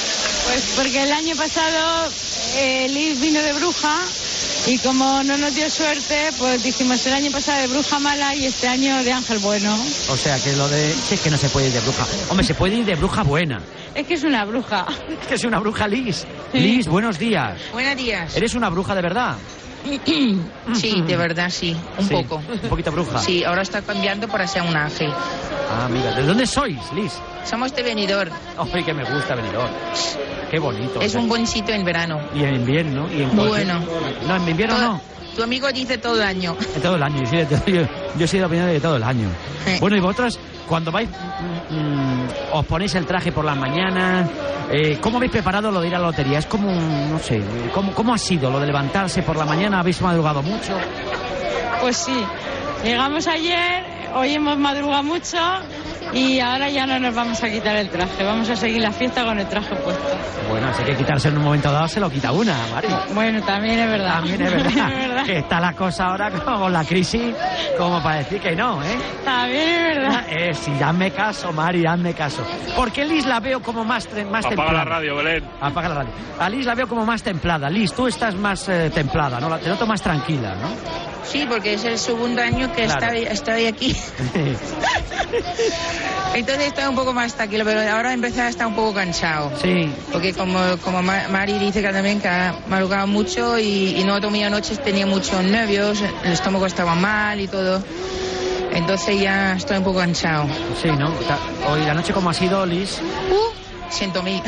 [SPEAKER 6] Pues porque el año pasado eh, Liz vino de bruja y como no nos dio suerte, pues dijimos el año pasado de bruja mala y este año de ángel bueno.
[SPEAKER 2] O sea, que lo de... Sí, es que no se puede ir de bruja. Hombre, se puede ir de bruja buena.
[SPEAKER 6] Es que es una bruja.
[SPEAKER 2] Que es una bruja Liz.
[SPEAKER 6] Sí.
[SPEAKER 2] Liz, buenos días.
[SPEAKER 6] Buenos días.
[SPEAKER 2] ¿Eres una bruja de verdad?
[SPEAKER 6] Sí, de verdad sí,
[SPEAKER 2] Sí, Un poquito bruja.
[SPEAKER 6] ahora está cambiando para ser un ángel.
[SPEAKER 2] Ah, mira, ¿de dónde sois, Liz?
[SPEAKER 6] Somos este de Benidorm.
[SPEAKER 2] Hombre, que me gusta Benidorm. Qué bonito.
[SPEAKER 6] Es un buen sitio en verano.
[SPEAKER 2] Y en invierno. Y en
[SPEAKER 6] Bueno.
[SPEAKER 2] cualquier- No, en invierno no.
[SPEAKER 6] Tu amigo dice todo el año.
[SPEAKER 2] De todo el año, yo soy de, todo- yo- yo soy de la opinión de que todo el año.
[SPEAKER 6] Sí.
[SPEAKER 2] Bueno, y vosotras, cuando vais, mm, mm, os ponéis el traje por las mañanas, eh, ¿cómo habéis preparado lo de ir a la lotería? Es como, un- no sé, ¿cómo, ¿cómo ha sido lo de levantarse por la mañana? ¿Habéis madrugado mucho?
[SPEAKER 6] Pues sí, llegamos ayer, hoy hemos madrugado mucho y ahora ya no nos vamos a quitar el traje, vamos a seguir la fiesta con el traje puesto.
[SPEAKER 2] Bueno, así que quitarse en un momento dado se lo quita una, Mari.
[SPEAKER 6] Bueno, también es verdad.
[SPEAKER 2] También es verdad que está la cosa ahora con la crisis como para decir que no, ¿eh?
[SPEAKER 6] También es verdad.
[SPEAKER 2] Eh, sí, hazme caso, Mari, hazme caso. ¿Por qué Liz la veo como más, tre- más
[SPEAKER 3] Apaga la
[SPEAKER 2] templada?
[SPEAKER 3] radio, Belén.
[SPEAKER 2] Apaga la radio. A Liz la veo como más templada. Liz, tú estás más eh, templada, ¿no? La- Te noto más tranquila, ¿no?
[SPEAKER 6] Sí, porque es el segundo año que
[SPEAKER 2] Claro.
[SPEAKER 6] estoy, estoy aquí.
[SPEAKER 7] Entonces estaba un poco más tranquilo, pero ahora empecé a estar un poco cansado.
[SPEAKER 8] Sí.
[SPEAKER 7] Porque como, como Ma- Mari dice que también que ha madrugado mucho y, y no dormía noches, tenía muchos nervios, el estómago estaba mal y todo. Entonces ya estoy un poco cansado.
[SPEAKER 2] Sí, ¿no? Ta- Hoy la noche, ¿cómo ha sido, Liz?
[SPEAKER 7] Uh, siento mil.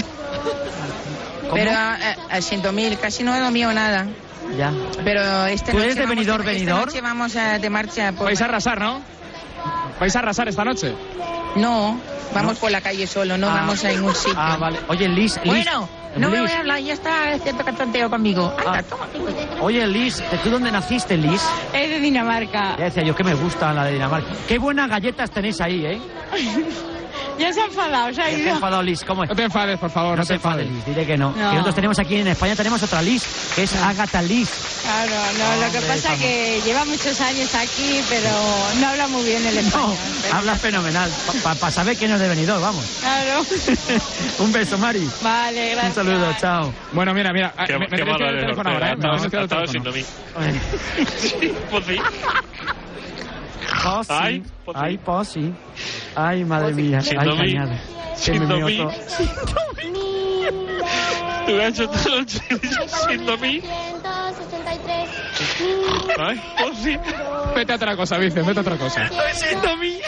[SPEAKER 7] Pero a, a- a eh, siento mil, casi no he dormido nada.
[SPEAKER 2] Ya.
[SPEAKER 7] Pero esta
[SPEAKER 2] ¿Tú
[SPEAKER 7] noche
[SPEAKER 2] eres de
[SPEAKER 7] vamos-
[SPEAKER 2] Benidorm,
[SPEAKER 7] esta
[SPEAKER 2] Benidorm?
[SPEAKER 7] noche vamos a- de marcha. Por
[SPEAKER 5] Vais a arrasar, ¿no? ¿Vais a arrasar esta noche?
[SPEAKER 7] No, vamos por la calle solo, no
[SPEAKER 5] Ah.
[SPEAKER 7] vamos a ningún sitio.
[SPEAKER 2] Ah, vale. Oye, Liz, Liz.
[SPEAKER 7] Bueno, no
[SPEAKER 2] Liz,
[SPEAKER 7] me
[SPEAKER 2] Ah.
[SPEAKER 7] voy a hablar, ya está haciendo cantanteo conmigo. Anda, toma.
[SPEAKER 2] Oye, Liz, ¿tú dónde naciste, Liz?
[SPEAKER 6] Es de Dinamarca.
[SPEAKER 2] Ya decía yo que me gusta la de Dinamarca. Qué buenas galletas tenéis ahí, ¿eh?
[SPEAKER 6] Ya se ha enfadado, se
[SPEAKER 2] Ya
[SPEAKER 6] ha
[SPEAKER 2] te he
[SPEAKER 6] ido.
[SPEAKER 2] enfadado, Liz, ¿cómo es?
[SPEAKER 5] No te enfades, por favor,
[SPEAKER 2] no, te enfades. Liz, dile que no.
[SPEAKER 6] No.
[SPEAKER 2] Que nosotros tenemos aquí en España tenemos otra Liz, que es Agatha Liz.
[SPEAKER 6] Claro, no, lo que
[SPEAKER 2] Hombre,
[SPEAKER 6] pasa
[SPEAKER 2] vamos.
[SPEAKER 6] que lleva muchos años aquí, pero no habla muy bien el español.
[SPEAKER 2] Habla fenomenal. Para saber quién es de Benidorm, vamos.
[SPEAKER 6] Claro.
[SPEAKER 2] Un beso, Mari.
[SPEAKER 6] Vale, gracias.
[SPEAKER 2] Un saludo, chao.
[SPEAKER 5] Bueno, mira, mira. eh, me, me tienes que dar el teléfono ahora, ¿eh? Me tienes que dar el teléfono.
[SPEAKER 9] Pues sí.
[SPEAKER 2] Oh, sí. Ay,
[SPEAKER 9] Ay, pues sí.
[SPEAKER 2] pues sí. Ay, madre mía.
[SPEAKER 9] Sin
[SPEAKER 2] Ay,
[SPEAKER 9] Tommy.
[SPEAKER 2] cañada.
[SPEAKER 9] Sin
[SPEAKER 2] Que me
[SPEAKER 9] Tommy.
[SPEAKER 2] meo todo.
[SPEAKER 9] Tú me has hecho toda la noche diciendo a mí.
[SPEAKER 5] Ay, pues sí. Vete a otra cosa, Vicente, vete a otra cosa.
[SPEAKER 9] Siento a mí.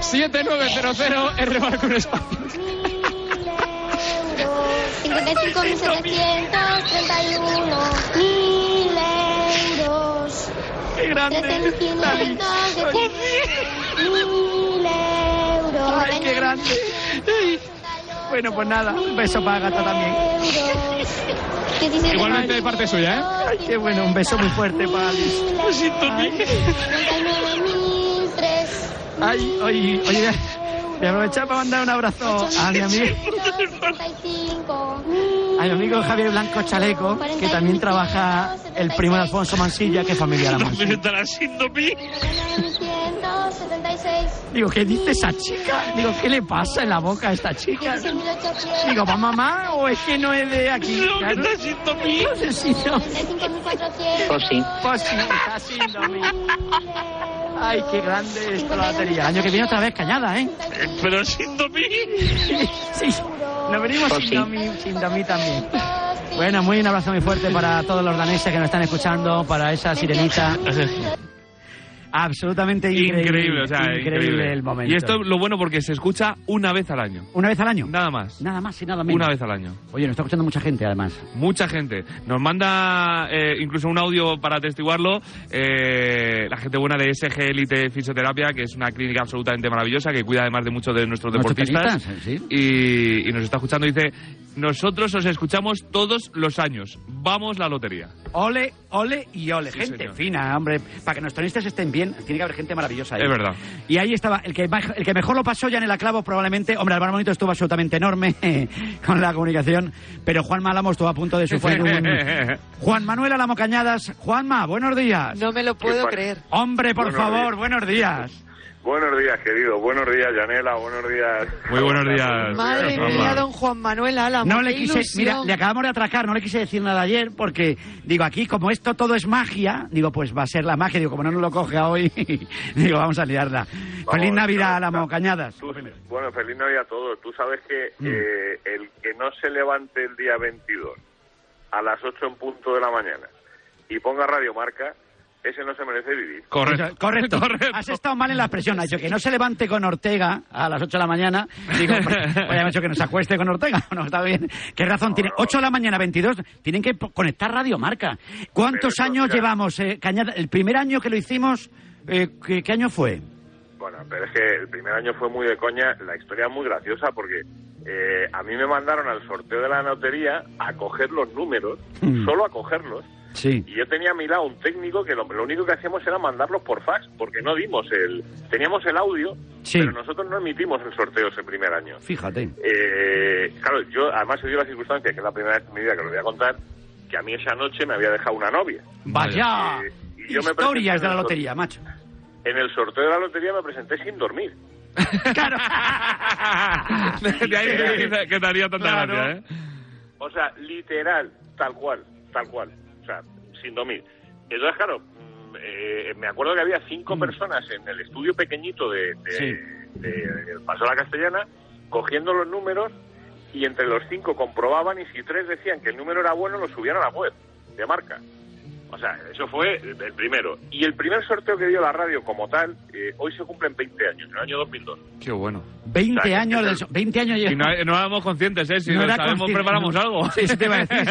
[SPEAKER 5] 7900 R Barco en España.
[SPEAKER 10] 55.731 mil euros.
[SPEAKER 9] ¡Qué grande! David. Pues
[SPEAKER 10] Mil euros.
[SPEAKER 9] Ay, qué grande.
[SPEAKER 2] Bueno, pues nada. Un beso para Agatha también.
[SPEAKER 5] Igualmente de parte suya, ¿eh?
[SPEAKER 2] Ay, qué bueno. Un beso muy fuerte para Liz. Ay, oye, oye. voy a- Voy a aprovechar para mandar un abrazo a mi amigo. al amigo Javier Blanco Chaleco, que también trabaja el primo de Alfonso Mansilla, que es familiar a Mansilla. Digo, ¿qué dice esa chica? Digo, ¿qué le pasa en la boca a esta chica? Digo, ¿va mamá o es que no es de aquí?
[SPEAKER 9] No, que está
[SPEAKER 2] No sé si no.
[SPEAKER 9] sí.
[SPEAKER 2] Pues sí, está síndrome. Ay, qué grande es la batería. El año que viene otra vez cañada, ¿eh?
[SPEAKER 9] Pero sin Tommy.
[SPEAKER 2] Sí, nos venimos
[SPEAKER 9] Pues
[SPEAKER 2] sin,
[SPEAKER 9] sí.
[SPEAKER 2] Domi, sin Domi también. Bueno, muy un abrazo muy fuerte para todos los daneses que nos están escuchando, para esa sirenita. Absolutamente increíble.
[SPEAKER 3] Increíble, o sea, increíble.
[SPEAKER 2] el momento.
[SPEAKER 3] Y esto lo bueno porque se escucha una vez al año.
[SPEAKER 2] ¿Una vez al año?
[SPEAKER 3] Nada más.
[SPEAKER 2] Nada más y nada menos.
[SPEAKER 3] Una vez al año.
[SPEAKER 2] Oye, nos está escuchando mucha gente, además.
[SPEAKER 3] Mucha gente. Nos manda eh, incluso un audio para atestiguarlo. eh, la gente buena de SG Elite Fisioterapia, que es una clínica absolutamente maravillosa, que cuida además de muchos de nuestros
[SPEAKER 2] Nuestros
[SPEAKER 3] deportistas.
[SPEAKER 2] tenistas, sí.
[SPEAKER 3] y, y nos está escuchando. Dice: Nosotros os escuchamos todos los años. Vamos la lotería.
[SPEAKER 2] Ole, ole y ole.
[SPEAKER 3] Sí,
[SPEAKER 2] gente
[SPEAKER 3] señor.
[SPEAKER 2] fina, hombre. Para que nuestros tenistas estén bien, tiene que haber gente maravillosa. ahí.
[SPEAKER 3] Es verdad.
[SPEAKER 2] Y ahí estaba, el que, maj- el que mejor lo pasó ya en el aclavo probablemente, hombre, Álvaro Bonito estuvo absolutamente enorme con la comunicación, pero Juan Malamo estuvo a punto de sufrir un... Juan Manuel Alamo Cañadas, Juanma, buenos días.
[SPEAKER 4] No me lo
[SPEAKER 11] puedo ¿Qué pasa? creer.
[SPEAKER 2] Hombre, por
[SPEAKER 11] Buenos
[SPEAKER 2] favor,
[SPEAKER 11] días.
[SPEAKER 2] buenos días.
[SPEAKER 11] Buenos días, querido. Buenos días, Yanela. Buenos días.
[SPEAKER 3] Muy buenos días.
[SPEAKER 4] Madre mía, don Juan Manuel Álamo.
[SPEAKER 2] No le
[SPEAKER 4] qué
[SPEAKER 2] quise,
[SPEAKER 4] ilusión.
[SPEAKER 2] mira, le acabamos de atracar, no le quise decir nada ayer porque, digo, aquí como esto todo es magia, digo, pues va a ser la magia, digo, como no nos lo coge hoy, digo, vamos a liarla. Feliz Navidad, Alamo Cañadas.
[SPEAKER 11] Tú- bueno, feliz Navidad a todos. Tú sabes que
[SPEAKER 2] Mm.
[SPEAKER 11] eh, el que no se levante el día 22 a las 8 en punto de la mañana y ponga Radio Marca, ese no se merece vivir.
[SPEAKER 2] Correcto. Correcto. Has estado mal en la expresión. Ha dicho que no se levante con Ortega a las 8 de la mañana. Digo, pues, ha dicho que nos acueste con Ortega. No, está bien. ¿Qué razón tiene? 8 de la mañana, 22. Tienen que po- conectar Radio Marca. ¿Cuántos
[SPEAKER 11] Pero eso,
[SPEAKER 2] años
[SPEAKER 11] mira.
[SPEAKER 2] llevamos, eh, Cañada? El primer año que lo hicimos, eh, ¿qué, qué año fue?
[SPEAKER 11] Bueno, pero es que el primer año fue muy de coña. La historia es muy graciosa porque eh, a mí me mandaron al sorteo de la lotería a coger los números,
[SPEAKER 2] Mm.
[SPEAKER 11] solo a cogerlos.
[SPEAKER 2] Sí.
[SPEAKER 11] Y yo tenía a mi lado un técnico que lo, lo único que hacíamos era mandarlos por fax, porque no dimos el... Teníamos el audio,
[SPEAKER 2] Sí.
[SPEAKER 11] pero nosotros no emitimos el sorteo ese primer año.
[SPEAKER 2] Fíjate.
[SPEAKER 11] Eh, claro, yo además se dio la circunstancia, que es la primera vez en mi vida que lo voy a contar, que a mí esa noche me había dejado una novia.
[SPEAKER 2] Vaya.
[SPEAKER 11] Eh, y yo me presenté en
[SPEAKER 2] Historias de
[SPEAKER 11] el
[SPEAKER 2] la
[SPEAKER 11] sor-
[SPEAKER 2] lotería, macho.
[SPEAKER 11] En el sorteo de la lotería me presenté sin dormir.
[SPEAKER 3] de ahí que, dice que te haría tanta
[SPEAKER 11] Claro.
[SPEAKER 3] gracia, ¿eh?
[SPEAKER 11] O sea, literal, tal cual, tal cual. O sea, sin dormir. Entonces, claro, mm, eh, me acuerdo que había cinco personas en el estudio pequeñito de, de, de- del Paseo de la Castellana cogiendo los números y entre los cinco comprobaban y si tres decían que el número era bueno lo subían a la web de marca. O sea, eso fue el primero. Y el primer sorteo que dio la radio como tal, eh, hoy se cumplen 20 años, en el año 2002.
[SPEAKER 3] Qué bueno.
[SPEAKER 2] 20 años de eso, 20 años
[SPEAKER 3] Y no, no éramos conscientes, ¿eh? Si
[SPEAKER 2] No
[SPEAKER 3] lo
[SPEAKER 2] era
[SPEAKER 3] sabemos,
[SPEAKER 2] consciente,
[SPEAKER 3] preparamos
[SPEAKER 2] no.
[SPEAKER 3] algo.
[SPEAKER 2] Sí, eso te iba a decir. sí,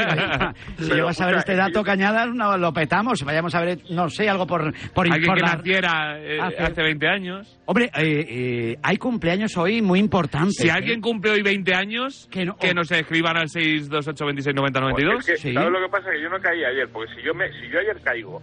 [SPEAKER 2] sí. Si yo vas a ver
[SPEAKER 11] eh,
[SPEAKER 2] este dato, Cañadas, no, lo petamos. Vayamos a ver, no sé, algo por... por, Ah,
[SPEAKER 3] Alguien
[SPEAKER 2] por
[SPEAKER 3] que
[SPEAKER 2] la-
[SPEAKER 3] naciera eh,
[SPEAKER 2] Hace-
[SPEAKER 3] hace 20 años.
[SPEAKER 2] Hombre, eh, eh, hay cumpleaños hoy muy importantes.
[SPEAKER 3] Si
[SPEAKER 2] ¿eh?
[SPEAKER 3] alguien cumple hoy 20 años, que, nos escriban al 628 26 90 92.
[SPEAKER 11] Porque Pues es que, ¿Sabes lo que pasa? Que yo no caí ayer, porque si yo, me, si yo ayer caigo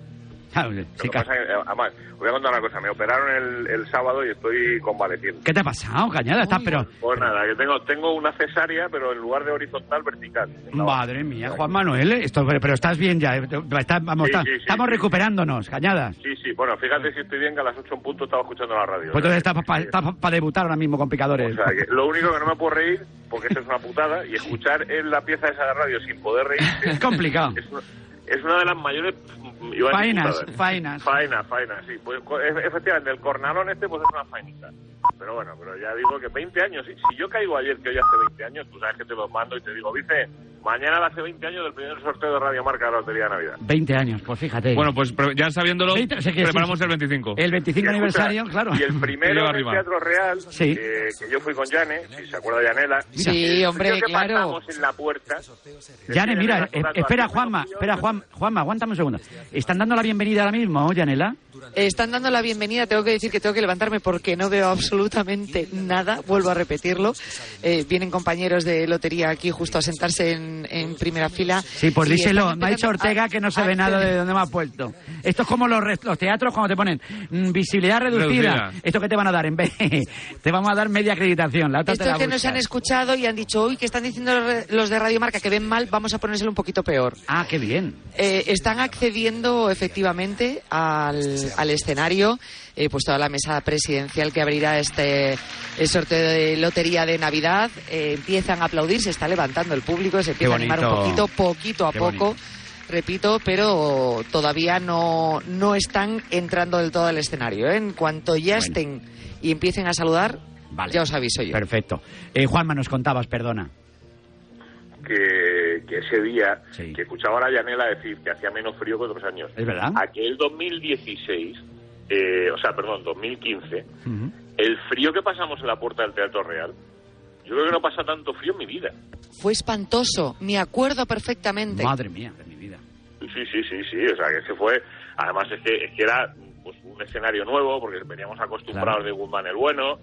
[SPEAKER 2] Ah,
[SPEAKER 11] Lo que pasa es que, eh, además, os voy a contar una cosa. Me operaron el, el sábado y estoy convaleciendo.
[SPEAKER 2] ¿Qué te ha pasado, Cañadas? Estás, pero...
[SPEAKER 11] Pues nada, yo tengo, tengo una cesárea, pero en lugar de horizontal, vertical.
[SPEAKER 2] Madre mía, Juan Manuel, eh, esto, pero, pero estás bien ya. eh, estás- vamos,
[SPEAKER 11] Sí,
[SPEAKER 2] estás-
[SPEAKER 11] sí, sí,
[SPEAKER 2] estamos recuperándonos, Cañadas.
[SPEAKER 11] Sí, sí. Bueno, fíjate si estoy bien, que a las 8 en punto estaba escuchando la radio. ¿eh?
[SPEAKER 2] Pues entonces estás para debutar ahora mismo con picadores.
[SPEAKER 11] O sea, que lo único que no me puedo reír, porque eso es una putada, y escuchar en la pieza esa de radio sin poder reír
[SPEAKER 2] Es complicado.
[SPEAKER 11] es una, es una de las mayores... mm, iba a decir
[SPEAKER 2] Faenas,
[SPEAKER 11] putadas.
[SPEAKER 2] faenas.
[SPEAKER 11] Faena, faena, sí. Pues, co- e- efectivamente, el cornalón este pues es una faenita. Pero bueno, pero ya digo que 20 años, si, si yo caigo ayer, que hoy hace 20 años, tú sabes que te los mando y te digo, dice, mañana hace 20 años del primer sorteo de Radio Marca de la Lotería de Navidad.
[SPEAKER 2] 20 años, pues fíjate.
[SPEAKER 3] Bueno, pues pre- ya sabiéndolo,
[SPEAKER 2] Veinte, o sea que
[SPEAKER 3] preparamos
[SPEAKER 2] sí, sí.
[SPEAKER 3] el 25.
[SPEAKER 2] El 25
[SPEAKER 11] Y escucha,
[SPEAKER 2] aniversario, claro.
[SPEAKER 11] Y el
[SPEAKER 3] Que
[SPEAKER 11] primero en
[SPEAKER 3] lleva
[SPEAKER 11] el
[SPEAKER 3] arriba.
[SPEAKER 11] Teatro Real,
[SPEAKER 2] Sí.
[SPEAKER 11] eh, que yo fui con Yane, si se acuerda de Yanela.
[SPEAKER 2] Sí,
[SPEAKER 11] el
[SPEAKER 2] hombre,
[SPEAKER 11] tío que
[SPEAKER 2] claro.
[SPEAKER 11] pasamos en la puerta. decía,
[SPEAKER 2] Yane, mira,
[SPEAKER 11] "Mira,
[SPEAKER 2] eh,
[SPEAKER 11] Fernando,
[SPEAKER 2] espera,
[SPEAKER 11] aquí
[SPEAKER 2] Juanma, espera, Juan, Juanma, aguántame un segundo. ¿Están dando la bienvenida ahora mismo, Yanela?
[SPEAKER 4] Eh, Están dando la bienvenida, tengo que decir que tengo que levantarme porque no veo absolutamente nada, vuelvo a repetirlo. Eh, vienen compañeros de lotería aquí justo a sentarse en, en primera fila.
[SPEAKER 2] Sí, pues
[SPEAKER 4] Y
[SPEAKER 2] díselo.
[SPEAKER 4] están Ah,
[SPEAKER 2] Me ha dicho
[SPEAKER 4] empezando a-
[SPEAKER 2] Ortega que no se
[SPEAKER 4] a
[SPEAKER 2] ve nada
[SPEAKER 4] hacer-
[SPEAKER 2] de dónde me ha puesto. Esto es como los, rest- los teatros cuando te ponen mm, visibilidad reducida.
[SPEAKER 4] Reducida.
[SPEAKER 2] Esto que te van a dar en vez. te vamos a dar media acreditación. La otra te la
[SPEAKER 4] Estos que nos han
[SPEAKER 2] buscas.
[SPEAKER 4] escuchado y han dicho, uy, que están diciendo los re- los de Radio Marca que ven mal, vamos a ponérselo un poquito peor.
[SPEAKER 2] Ah, qué bien.
[SPEAKER 4] Eh, están accediendo efectivamente al, al escenario, eh, pues toda la mesa presidencial que abrirá este eh, sorteo de lotería de Navidad. Eh, empiezan a aplaudir, se está levantando el público, se empieza a animar un
[SPEAKER 12] bonito.
[SPEAKER 4] poquito, poquito a
[SPEAKER 12] Qué
[SPEAKER 4] poco.
[SPEAKER 12] bonito.
[SPEAKER 4] Repito, pero todavía no, no están entrando del todo al escenario. ¿eh? En cuanto ya estén y empiecen a saludar, ya os aviso yo.
[SPEAKER 2] Perfecto. Eh, Juanma, nos contabas, perdona.
[SPEAKER 11] que, que ese día que escuchaba a la Yanela decir que hacía menos frío que otros años.
[SPEAKER 2] Es verdad.
[SPEAKER 11] Aquel 2016, eh, o sea, perdón, 2015, el frío que pasamos en la puerta del Teatro Real, yo creo que no pasa tanto frío en mi vida.
[SPEAKER 4] Fue espantoso, me acuerdo perfectamente.
[SPEAKER 2] Madre mía, de mi vida.
[SPEAKER 11] Sí, sí, sí, sí, o sea, que ese fue, además es que, es que era pues, un escenario nuevo, porque veníamos acostumbrados de Guzmán el Bueno.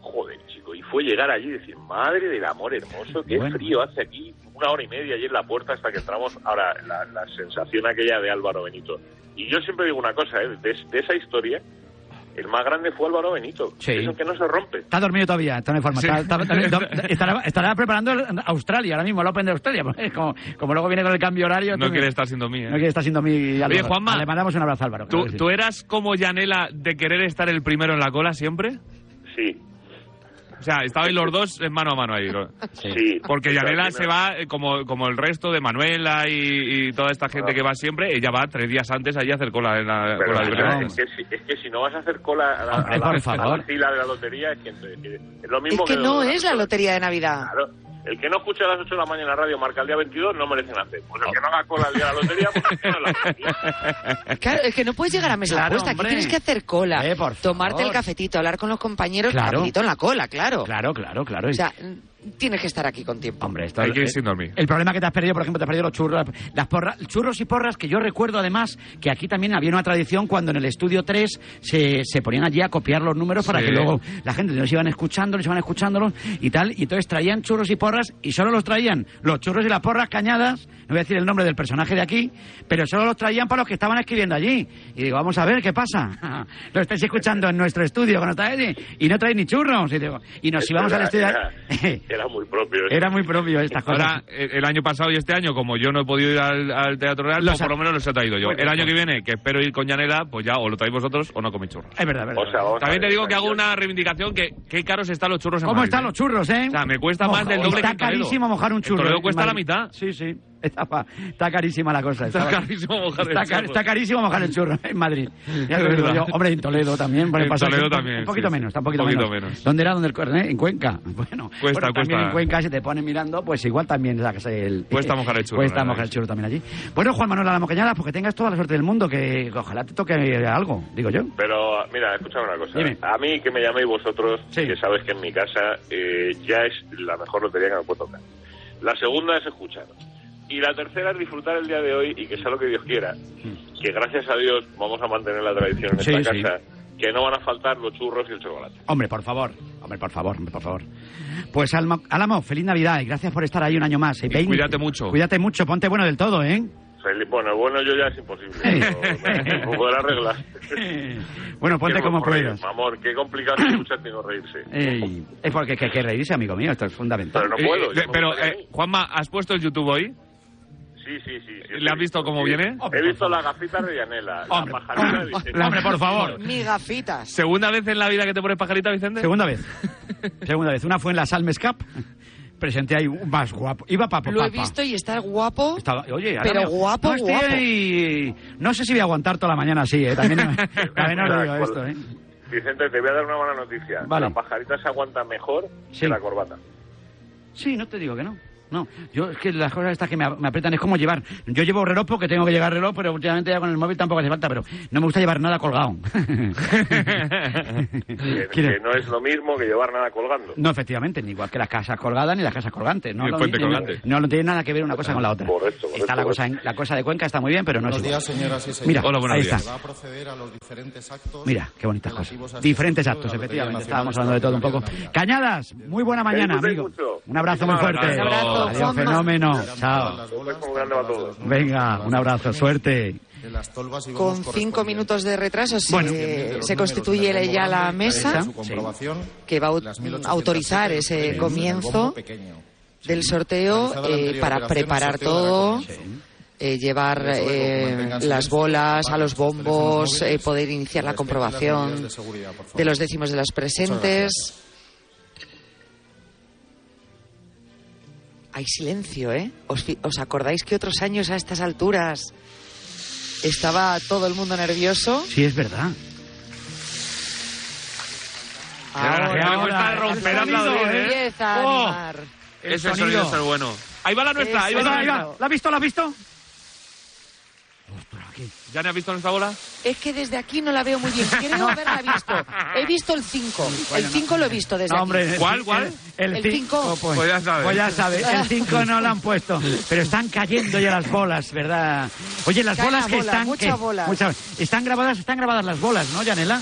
[SPEAKER 11] Joder, chico, y fue llegar allí y decir, madre del amor hermoso, qué
[SPEAKER 13] Bueno.
[SPEAKER 11] frío hace aquí, una hora y media allí en la puerta hasta que entramos. Ahora, la, la sensación aquella de Álvaro Benito. Y yo siempre digo una cosa, ¿eh? de, de esa historia, el más grande fue Álvaro Benito,
[SPEAKER 2] Sí.
[SPEAKER 11] es el que no se rompe.
[SPEAKER 2] Está dormido todavía, está en forma.
[SPEAKER 11] Sí.
[SPEAKER 2] Está- está- está- estará, estará preparando el- Australia ahora mismo, el Open de Australia. porque Como, como luego viene con el cambio horario.
[SPEAKER 3] No
[SPEAKER 2] tú-
[SPEAKER 3] quiere estar siendo mía. ¿eh?
[SPEAKER 2] No quiere estar siendo mi.
[SPEAKER 3] Oye, Juanma.
[SPEAKER 2] Le mandamos un abrazo, a Álvaro.
[SPEAKER 3] ¿Tú,
[SPEAKER 2] claro que sí.
[SPEAKER 3] tú eras como Yanela de querer estar el primero en la cola siempre?
[SPEAKER 11] Sí.
[SPEAKER 3] O sea, estabais los dos eh, mano a mano ahí. ¿no?
[SPEAKER 11] Sí.
[SPEAKER 3] Porque
[SPEAKER 11] Pero
[SPEAKER 3] Yanela
[SPEAKER 11] al
[SPEAKER 3] se
[SPEAKER 11] final-
[SPEAKER 3] va, eh, como, como el resto de Manuela y, y toda esta gente que va siempre, ella va tres días antes allí a hacer cola en la
[SPEAKER 11] Ah. Pero
[SPEAKER 3] cola
[SPEAKER 11] es
[SPEAKER 3] del
[SPEAKER 11] verdad,
[SPEAKER 3] verano.
[SPEAKER 11] es, que si, es que si no vas a hacer cola a la, a
[SPEAKER 3] Hombre,
[SPEAKER 11] la-
[SPEAKER 3] por favor.
[SPEAKER 11] a la fila de la lotería, es que, que- es lo
[SPEAKER 4] Es
[SPEAKER 11] mismo
[SPEAKER 4] que no
[SPEAKER 11] lo-
[SPEAKER 4] es la lotería de Navidad.
[SPEAKER 11] Claro. El que no escucha a las 8 de la mañana radio marca el día 22 no merece nacer. Pues el que no haga cola el día de la lotería, pues es que no la
[SPEAKER 4] Claro, es que no puedes llegar a mesa
[SPEAKER 11] Claro,
[SPEAKER 4] puesta,
[SPEAKER 11] hombre.
[SPEAKER 4] que tienes que hacer cola, tomarte
[SPEAKER 11] favor.
[SPEAKER 4] el cafetito, hablar con los compañeros,
[SPEAKER 2] Eh, Claro.
[SPEAKER 4] rapidito en la cola, claro.
[SPEAKER 2] Claro, claro, claro.
[SPEAKER 4] O sea, mm, tienes que estar aquí con tiempo.
[SPEAKER 2] Hombre, esto-
[SPEAKER 3] Hay que ir
[SPEAKER 2] eh,
[SPEAKER 3] sin dormir.
[SPEAKER 2] El problema que te has perdido, por ejemplo, te has perdido los churros, las porras, churros y porras que yo recuerdo además que aquí también había una tradición cuando en el estudio 3 se, se ponían allí a copiar los números para
[SPEAKER 3] Sí.
[SPEAKER 2] que luego la gente nos iban escuchando, nos iban escuchándolos y tal, y entonces traían churros y porras y solo los traían los churros y las porras cañadas, no voy a decir el nombre del personaje de aquí, pero solo los traían para los que estaban escribiendo allí. Y digo, vamos a ver qué pasa. lo estáis escuchando en nuestro estudio cuando estáis allí, y no traéis ni churros y digo, y nos íbamos al estudio
[SPEAKER 11] Era, era muy propio.
[SPEAKER 2] era muy propio estas cosas.
[SPEAKER 3] Ahora, el el año pasado y este año, como yo no he podido ir al, al Teatro Real,
[SPEAKER 2] Los
[SPEAKER 3] pues por
[SPEAKER 2] ha-
[SPEAKER 3] lo menos los he traído yo.
[SPEAKER 2] Muy bien,
[SPEAKER 3] el año que viene, que espero ir con Yanela, pues ya o lo traéis vosotros o no comí churros.
[SPEAKER 2] es verdad, es verdad.
[SPEAKER 11] O sea, vamos a
[SPEAKER 3] También te
[SPEAKER 11] ver,
[SPEAKER 3] digo que
[SPEAKER 11] tranquilo.
[SPEAKER 3] hago una reivindicación que qué caros están los churros en
[SPEAKER 2] ¿Cómo
[SPEAKER 3] Madrid,
[SPEAKER 2] están
[SPEAKER 3] ¿eh?
[SPEAKER 2] los churros, eh?
[SPEAKER 3] O sea, me cuesta más
[SPEAKER 2] Moja-
[SPEAKER 3] del doble
[SPEAKER 2] Está
[SPEAKER 3] que en Toledo.
[SPEAKER 2] carísimo mojar un
[SPEAKER 3] En
[SPEAKER 2] churro.
[SPEAKER 3] Toledo
[SPEAKER 2] en
[SPEAKER 3] cuesta la
[SPEAKER 2] Madrid.
[SPEAKER 3] mitad.
[SPEAKER 2] Sí, sí. Estaba- está carísima la cosa.
[SPEAKER 3] Está
[SPEAKER 2] estaba-
[SPEAKER 3] carísimo mojar el
[SPEAKER 2] está, ca-
[SPEAKER 3] churro.
[SPEAKER 2] está carísimo mojar el churro en Madrid. Ya
[SPEAKER 3] pues. Es
[SPEAKER 2] te digo
[SPEAKER 3] verdad.
[SPEAKER 2] yo. Hombre, en Toledo también. por el
[SPEAKER 3] En
[SPEAKER 2] paso
[SPEAKER 3] Toledo
[SPEAKER 2] un po-
[SPEAKER 3] también,
[SPEAKER 2] Un poquito
[SPEAKER 3] sí, sí.
[SPEAKER 2] menos, está un poquito,
[SPEAKER 3] Un poquito
[SPEAKER 2] menos.
[SPEAKER 3] menos.
[SPEAKER 2] ¿Dónde era? donde el Cornet? En Cuenca. Bueno,
[SPEAKER 3] Cuesta,
[SPEAKER 2] bueno, también
[SPEAKER 3] cuesta.
[SPEAKER 2] en Cuenca si te ponen mirando, pues igual también sacas el...
[SPEAKER 3] Cuesta mojar el churro,
[SPEAKER 2] Cuesta
[SPEAKER 3] la verdad.
[SPEAKER 2] mojar el churro también allí. Bueno, Juan Manuel Alamoqueñada, pues que tengas toda la suerte del mundo, que ojalá te toque algo, digo yo.
[SPEAKER 11] Pero mira, escúchame una cosa.
[SPEAKER 2] Dime.
[SPEAKER 11] A mí que me llaméis vosotros, que sabes que en mi casa eh, ya es la mejor lotería que me puede tocar. La segunda es escuchar. Y la tercera es disfrutar el día de hoy y que sea lo que Dios quiera. Que gracias a Dios vamos a mantener la tradición en
[SPEAKER 2] Hmm. Sí,
[SPEAKER 11] esta
[SPEAKER 2] sí.
[SPEAKER 11] casa. Que no van a faltar los churros y el chocolate.
[SPEAKER 2] Hombre, por favor. Hombre, por favor, hombre, por favor. Pues Almo- Álamo, feliz Navidad y gracias por estar ahí un año más. ¿eh? Veinte-
[SPEAKER 3] cuídate mucho.
[SPEAKER 2] Cuídate mucho, ponte bueno del todo, ¿eh?
[SPEAKER 11] Feliz- bueno, bueno, yo ya es imposible. pero Me podrá arreglar.
[SPEAKER 2] Bueno, ponte
[SPEAKER 11] Qué
[SPEAKER 2] como
[SPEAKER 11] mamorreo,
[SPEAKER 2] puedas.
[SPEAKER 11] Mamor, qué complicado es escucharte y no reírse.
[SPEAKER 2] Ey, es porque hay que reírse, amigo mío, esto es fundamental.
[SPEAKER 3] Eh, eh, pero, eh, Juanma, ¿has puesto el YouTube hoy?
[SPEAKER 11] Sí, sí, sí. sí,
[SPEAKER 3] ¿Le has visto cómo
[SPEAKER 11] sí.
[SPEAKER 3] viene?
[SPEAKER 11] He visto la gafita de Yanela, la pajarita de Vicente.
[SPEAKER 3] Hombre, por favor.
[SPEAKER 4] Mi gafitas.
[SPEAKER 3] ¿Segunda vez en la vida que te pones pajarita, Vicente?
[SPEAKER 2] Segunda vez. Segunda vez. Una fue en la Salmes Cup. Presenté ahí un más guapo. Iba papo,
[SPEAKER 4] Lo he
[SPEAKER 2] papa.
[SPEAKER 4] visto y está guapo.
[SPEAKER 2] Estaba- oye, ahora
[SPEAKER 4] Pero
[SPEAKER 2] me-
[SPEAKER 4] guapo,
[SPEAKER 2] no estoy
[SPEAKER 4] guapo.
[SPEAKER 2] ahí- no sé si voy a aguantar toda la mañana así, ¿eh? También, también os digo esto, ¿eh?
[SPEAKER 11] Vicente, te voy a dar una mala noticia.
[SPEAKER 2] Vale.
[SPEAKER 11] La pajarita se aguanta mejor que la corbata.
[SPEAKER 2] Sí, no te digo que no. No, yo es que las cosas estas que me, a- me aprietan es como llevar. Yo llevo reloj porque tengo que llevar reloj, pero últimamente ya con el móvil tampoco hace falta, pero no me gusta llevar nada colgado.
[SPEAKER 11] Que,
[SPEAKER 2] Quiero-
[SPEAKER 11] que no es lo mismo que llevar nada colgando.
[SPEAKER 2] No, efectivamente, ni igual que las casas colgadas ni las casas colgantes. No,
[SPEAKER 11] Ni el
[SPEAKER 2] no,
[SPEAKER 11] puente
[SPEAKER 2] no-
[SPEAKER 11] colgante.
[SPEAKER 2] no, no tiene nada que ver una cosa con la otra. está la cosa, en- la cosa de Cuenca está muy bien, pero no
[SPEAKER 12] buenos
[SPEAKER 2] es igual.
[SPEAKER 12] días, señoras y señores.
[SPEAKER 2] Mira, ahí
[SPEAKER 12] Se va
[SPEAKER 2] está.
[SPEAKER 12] a proceder a los diferentes actos.
[SPEAKER 2] Mira, qué bonitas
[SPEAKER 12] relativos
[SPEAKER 2] cosas.
[SPEAKER 12] al
[SPEAKER 2] Diferentes
[SPEAKER 12] ejercicio
[SPEAKER 2] actos,
[SPEAKER 12] de la Lotería
[SPEAKER 2] efectivamente.
[SPEAKER 12] Nacional
[SPEAKER 2] Estábamos hablando de todo un poco. Cañadas, muy buena mañana,
[SPEAKER 12] Disfruten
[SPEAKER 2] amigo.
[SPEAKER 12] mucho.
[SPEAKER 2] Un abrazo muy
[SPEAKER 12] Muchísimas
[SPEAKER 2] fuerte.
[SPEAKER 12] gracias. Un abrazo,
[SPEAKER 2] Adiós,
[SPEAKER 12] Juanma.
[SPEAKER 2] fenómeno.
[SPEAKER 12] Eran
[SPEAKER 2] Chao.
[SPEAKER 12] todas
[SPEAKER 11] Pues
[SPEAKER 2] Venga, un abrazo, suerte.
[SPEAKER 12] De las tolvas y
[SPEAKER 4] Con cinco minutos de retraso se,
[SPEAKER 12] Bueno.
[SPEAKER 4] se constituye ya la mesa
[SPEAKER 12] Su comprobación.
[SPEAKER 4] que va a au- autorizar ese comienzo del sorteo
[SPEAKER 12] Realizada la
[SPEAKER 4] eh,
[SPEAKER 12] anterior
[SPEAKER 4] para
[SPEAKER 12] operación,
[SPEAKER 4] preparar
[SPEAKER 12] sorteo de la
[SPEAKER 4] todo.
[SPEAKER 12] comisión.
[SPEAKER 4] eh, llevar
[SPEAKER 12] Por eso,
[SPEAKER 4] eh,
[SPEAKER 12] manténganse
[SPEAKER 4] las
[SPEAKER 12] listos,
[SPEAKER 4] bolas a los
[SPEAKER 12] los pues teléfonos
[SPEAKER 4] bombos,
[SPEAKER 12] móviles,
[SPEAKER 4] eh, poder iniciar
[SPEAKER 12] respeten
[SPEAKER 4] la
[SPEAKER 12] las
[SPEAKER 4] comprobación
[SPEAKER 12] medidas de seguridad, por favor.
[SPEAKER 4] de los décimos de las presentes. Hay silencio, ¿eh? ¿Os, fi- os acordáis que otros años a estas alturas estaba todo el mundo nervioso?
[SPEAKER 2] Sí, es verdad.
[SPEAKER 3] Ahora,
[SPEAKER 4] Ahora,
[SPEAKER 3] me cuesta
[SPEAKER 4] ahora,
[SPEAKER 3] romper
[SPEAKER 4] el sonido,
[SPEAKER 3] aplaudir, ¿eh?
[SPEAKER 4] empieza a
[SPEAKER 3] Oh,
[SPEAKER 4] animar.
[SPEAKER 3] Ese
[SPEAKER 2] El
[SPEAKER 3] sonido
[SPEAKER 2] sonido.
[SPEAKER 3] es el bueno. Ahí va la nuestra, ahí va
[SPEAKER 2] Ahí va,
[SPEAKER 3] la
[SPEAKER 2] ahí
[SPEAKER 3] nuestra.
[SPEAKER 2] va. ¿La has visto? ¿La has visto?
[SPEAKER 3] ¿Ya no has visto nuestra bola?
[SPEAKER 4] Es que desde aquí no la veo muy bien. Quiero haberla visto. He visto el 5. El 5 lo he visto desde
[SPEAKER 2] No, hombre,
[SPEAKER 4] aquí.
[SPEAKER 3] ¿Cuál, cuál?
[SPEAKER 4] El
[SPEAKER 2] cin-
[SPEAKER 4] 5.
[SPEAKER 2] Oh, pues,
[SPEAKER 3] Pues ya sabes.
[SPEAKER 2] pues ya sabes, el 5 no lo han puesto. Pero están cayendo ya las bolas, ¿verdad? Oye, las
[SPEAKER 4] Cae la
[SPEAKER 2] bolas que
[SPEAKER 4] bola,
[SPEAKER 2] están.
[SPEAKER 4] mucha
[SPEAKER 2] que-
[SPEAKER 4] bola.
[SPEAKER 2] muchas- están grabadas, están grabadas las bolas, ¿no, Yanela?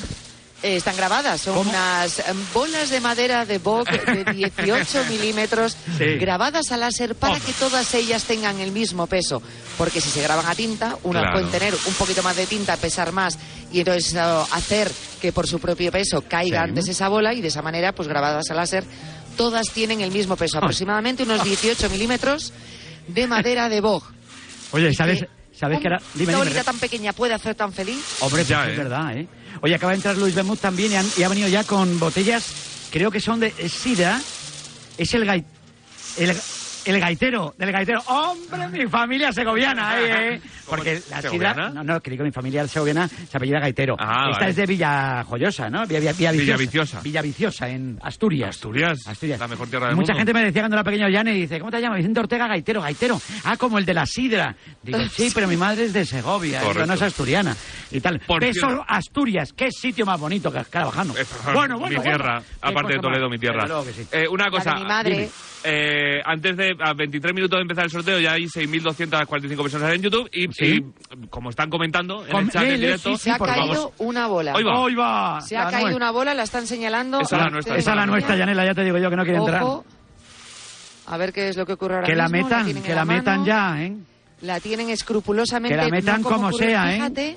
[SPEAKER 4] Eh, están grabadas, son
[SPEAKER 2] ¿Cómo?
[SPEAKER 4] unas eh, bolas de madera de Bob de 18 milímetros
[SPEAKER 2] Sí.
[SPEAKER 4] grabadas a láser para que todas ellas tengan el mismo peso. Porque si se graban a tinta, unas
[SPEAKER 13] Claro.
[SPEAKER 4] pueden tener un poquito más de tinta, pesar más y entonces eh, hacer que por su propio peso caiga
[SPEAKER 13] Sí.
[SPEAKER 4] antes esa bola y de esa manera, pues grabadas a láser, todas tienen el mismo
[SPEAKER 2] Ah.
[SPEAKER 4] peso, aproximadamente unos 18 milímetros de madera de Bob.
[SPEAKER 2] Oye, ¿sabes, sabes que era.? Dime, dime.
[SPEAKER 4] Una bolita tan pequeña puede hacer tan feliz.
[SPEAKER 2] Hombre, pues es verdad, ¿eh? Oye, acaba de entrar Luis Bermud también y, han- y ha venido ya con botellas, creo que son de es Sida. Es el gai- el, el gaitero, del gaitero. ¡Hombre, mi familia segoviana! ahí, ¿eh? Porque la
[SPEAKER 3] ¿Segoviana?
[SPEAKER 2] sidra... No, no, que digo, mi familia segoviana se apellida gaitero.
[SPEAKER 3] Ah,
[SPEAKER 2] Esta
[SPEAKER 3] vale.
[SPEAKER 2] es de Villajoyosa, ¿no? Villa, Villa-
[SPEAKER 3] Villaviciosa.
[SPEAKER 2] Villaviciosa, en Asturias.
[SPEAKER 3] Asturias, la mejor tierra del
[SPEAKER 2] Mucha
[SPEAKER 3] mundo.
[SPEAKER 2] gente me decía cuando era pequeño Llane y dice, ¿cómo te llamas? Vicente Ortega Gaitero, Gaitero. Ah, como el de la sidra. Digo, sí, pero mi madre es de Segovia,
[SPEAKER 3] Correcto.
[SPEAKER 2] yo no es asturiana. Y tal.
[SPEAKER 3] Por
[SPEAKER 2] Peso
[SPEAKER 3] cierto.
[SPEAKER 2] Asturias, qué sitio más bonito que Carabajano. Bueno, bueno, Pues
[SPEAKER 3] mi tierra,
[SPEAKER 2] bueno. Qué
[SPEAKER 3] aparte de
[SPEAKER 2] cosa
[SPEAKER 3] Toledo,
[SPEAKER 2] más.
[SPEAKER 3] mi tierra.
[SPEAKER 2] Claro que sí.
[SPEAKER 3] Eh, una cosa,
[SPEAKER 4] de mi madre.
[SPEAKER 3] dime. Eh, antes de a 23 minutos de empezar el sorteo ya hay 6.245 personas en YouTube y,
[SPEAKER 2] Sí.
[SPEAKER 3] y, como están comentando en
[SPEAKER 2] Com-
[SPEAKER 3] el chat
[SPEAKER 2] lee,
[SPEAKER 3] en
[SPEAKER 2] lee,
[SPEAKER 3] directo,
[SPEAKER 2] sí, sí,
[SPEAKER 4] Se ha
[SPEAKER 2] por
[SPEAKER 4] caído
[SPEAKER 2] favor.
[SPEAKER 4] una bola.
[SPEAKER 3] Ahí va. Ahí
[SPEAKER 2] va.
[SPEAKER 4] Se ha
[SPEAKER 2] La
[SPEAKER 4] caído
[SPEAKER 2] nuestra.
[SPEAKER 4] una bola, la están señalando.
[SPEAKER 2] Esa es la nuestra. Esa es la nuestra, Yanela, ya te digo yo que no quiere entrar.
[SPEAKER 4] Ojo. A ver qué es lo que ocurre ahora
[SPEAKER 2] Que la
[SPEAKER 4] mismo.
[SPEAKER 2] metan,
[SPEAKER 4] tienen en
[SPEAKER 2] que la
[SPEAKER 4] mano.
[SPEAKER 2] metan ya, ¿eh?
[SPEAKER 4] La tienen escrupulosamente.
[SPEAKER 2] Que la
[SPEAKER 4] no
[SPEAKER 2] metan como
[SPEAKER 4] ocurre,
[SPEAKER 2] sea, ¿eh? Ah.
[SPEAKER 4] Fíjate,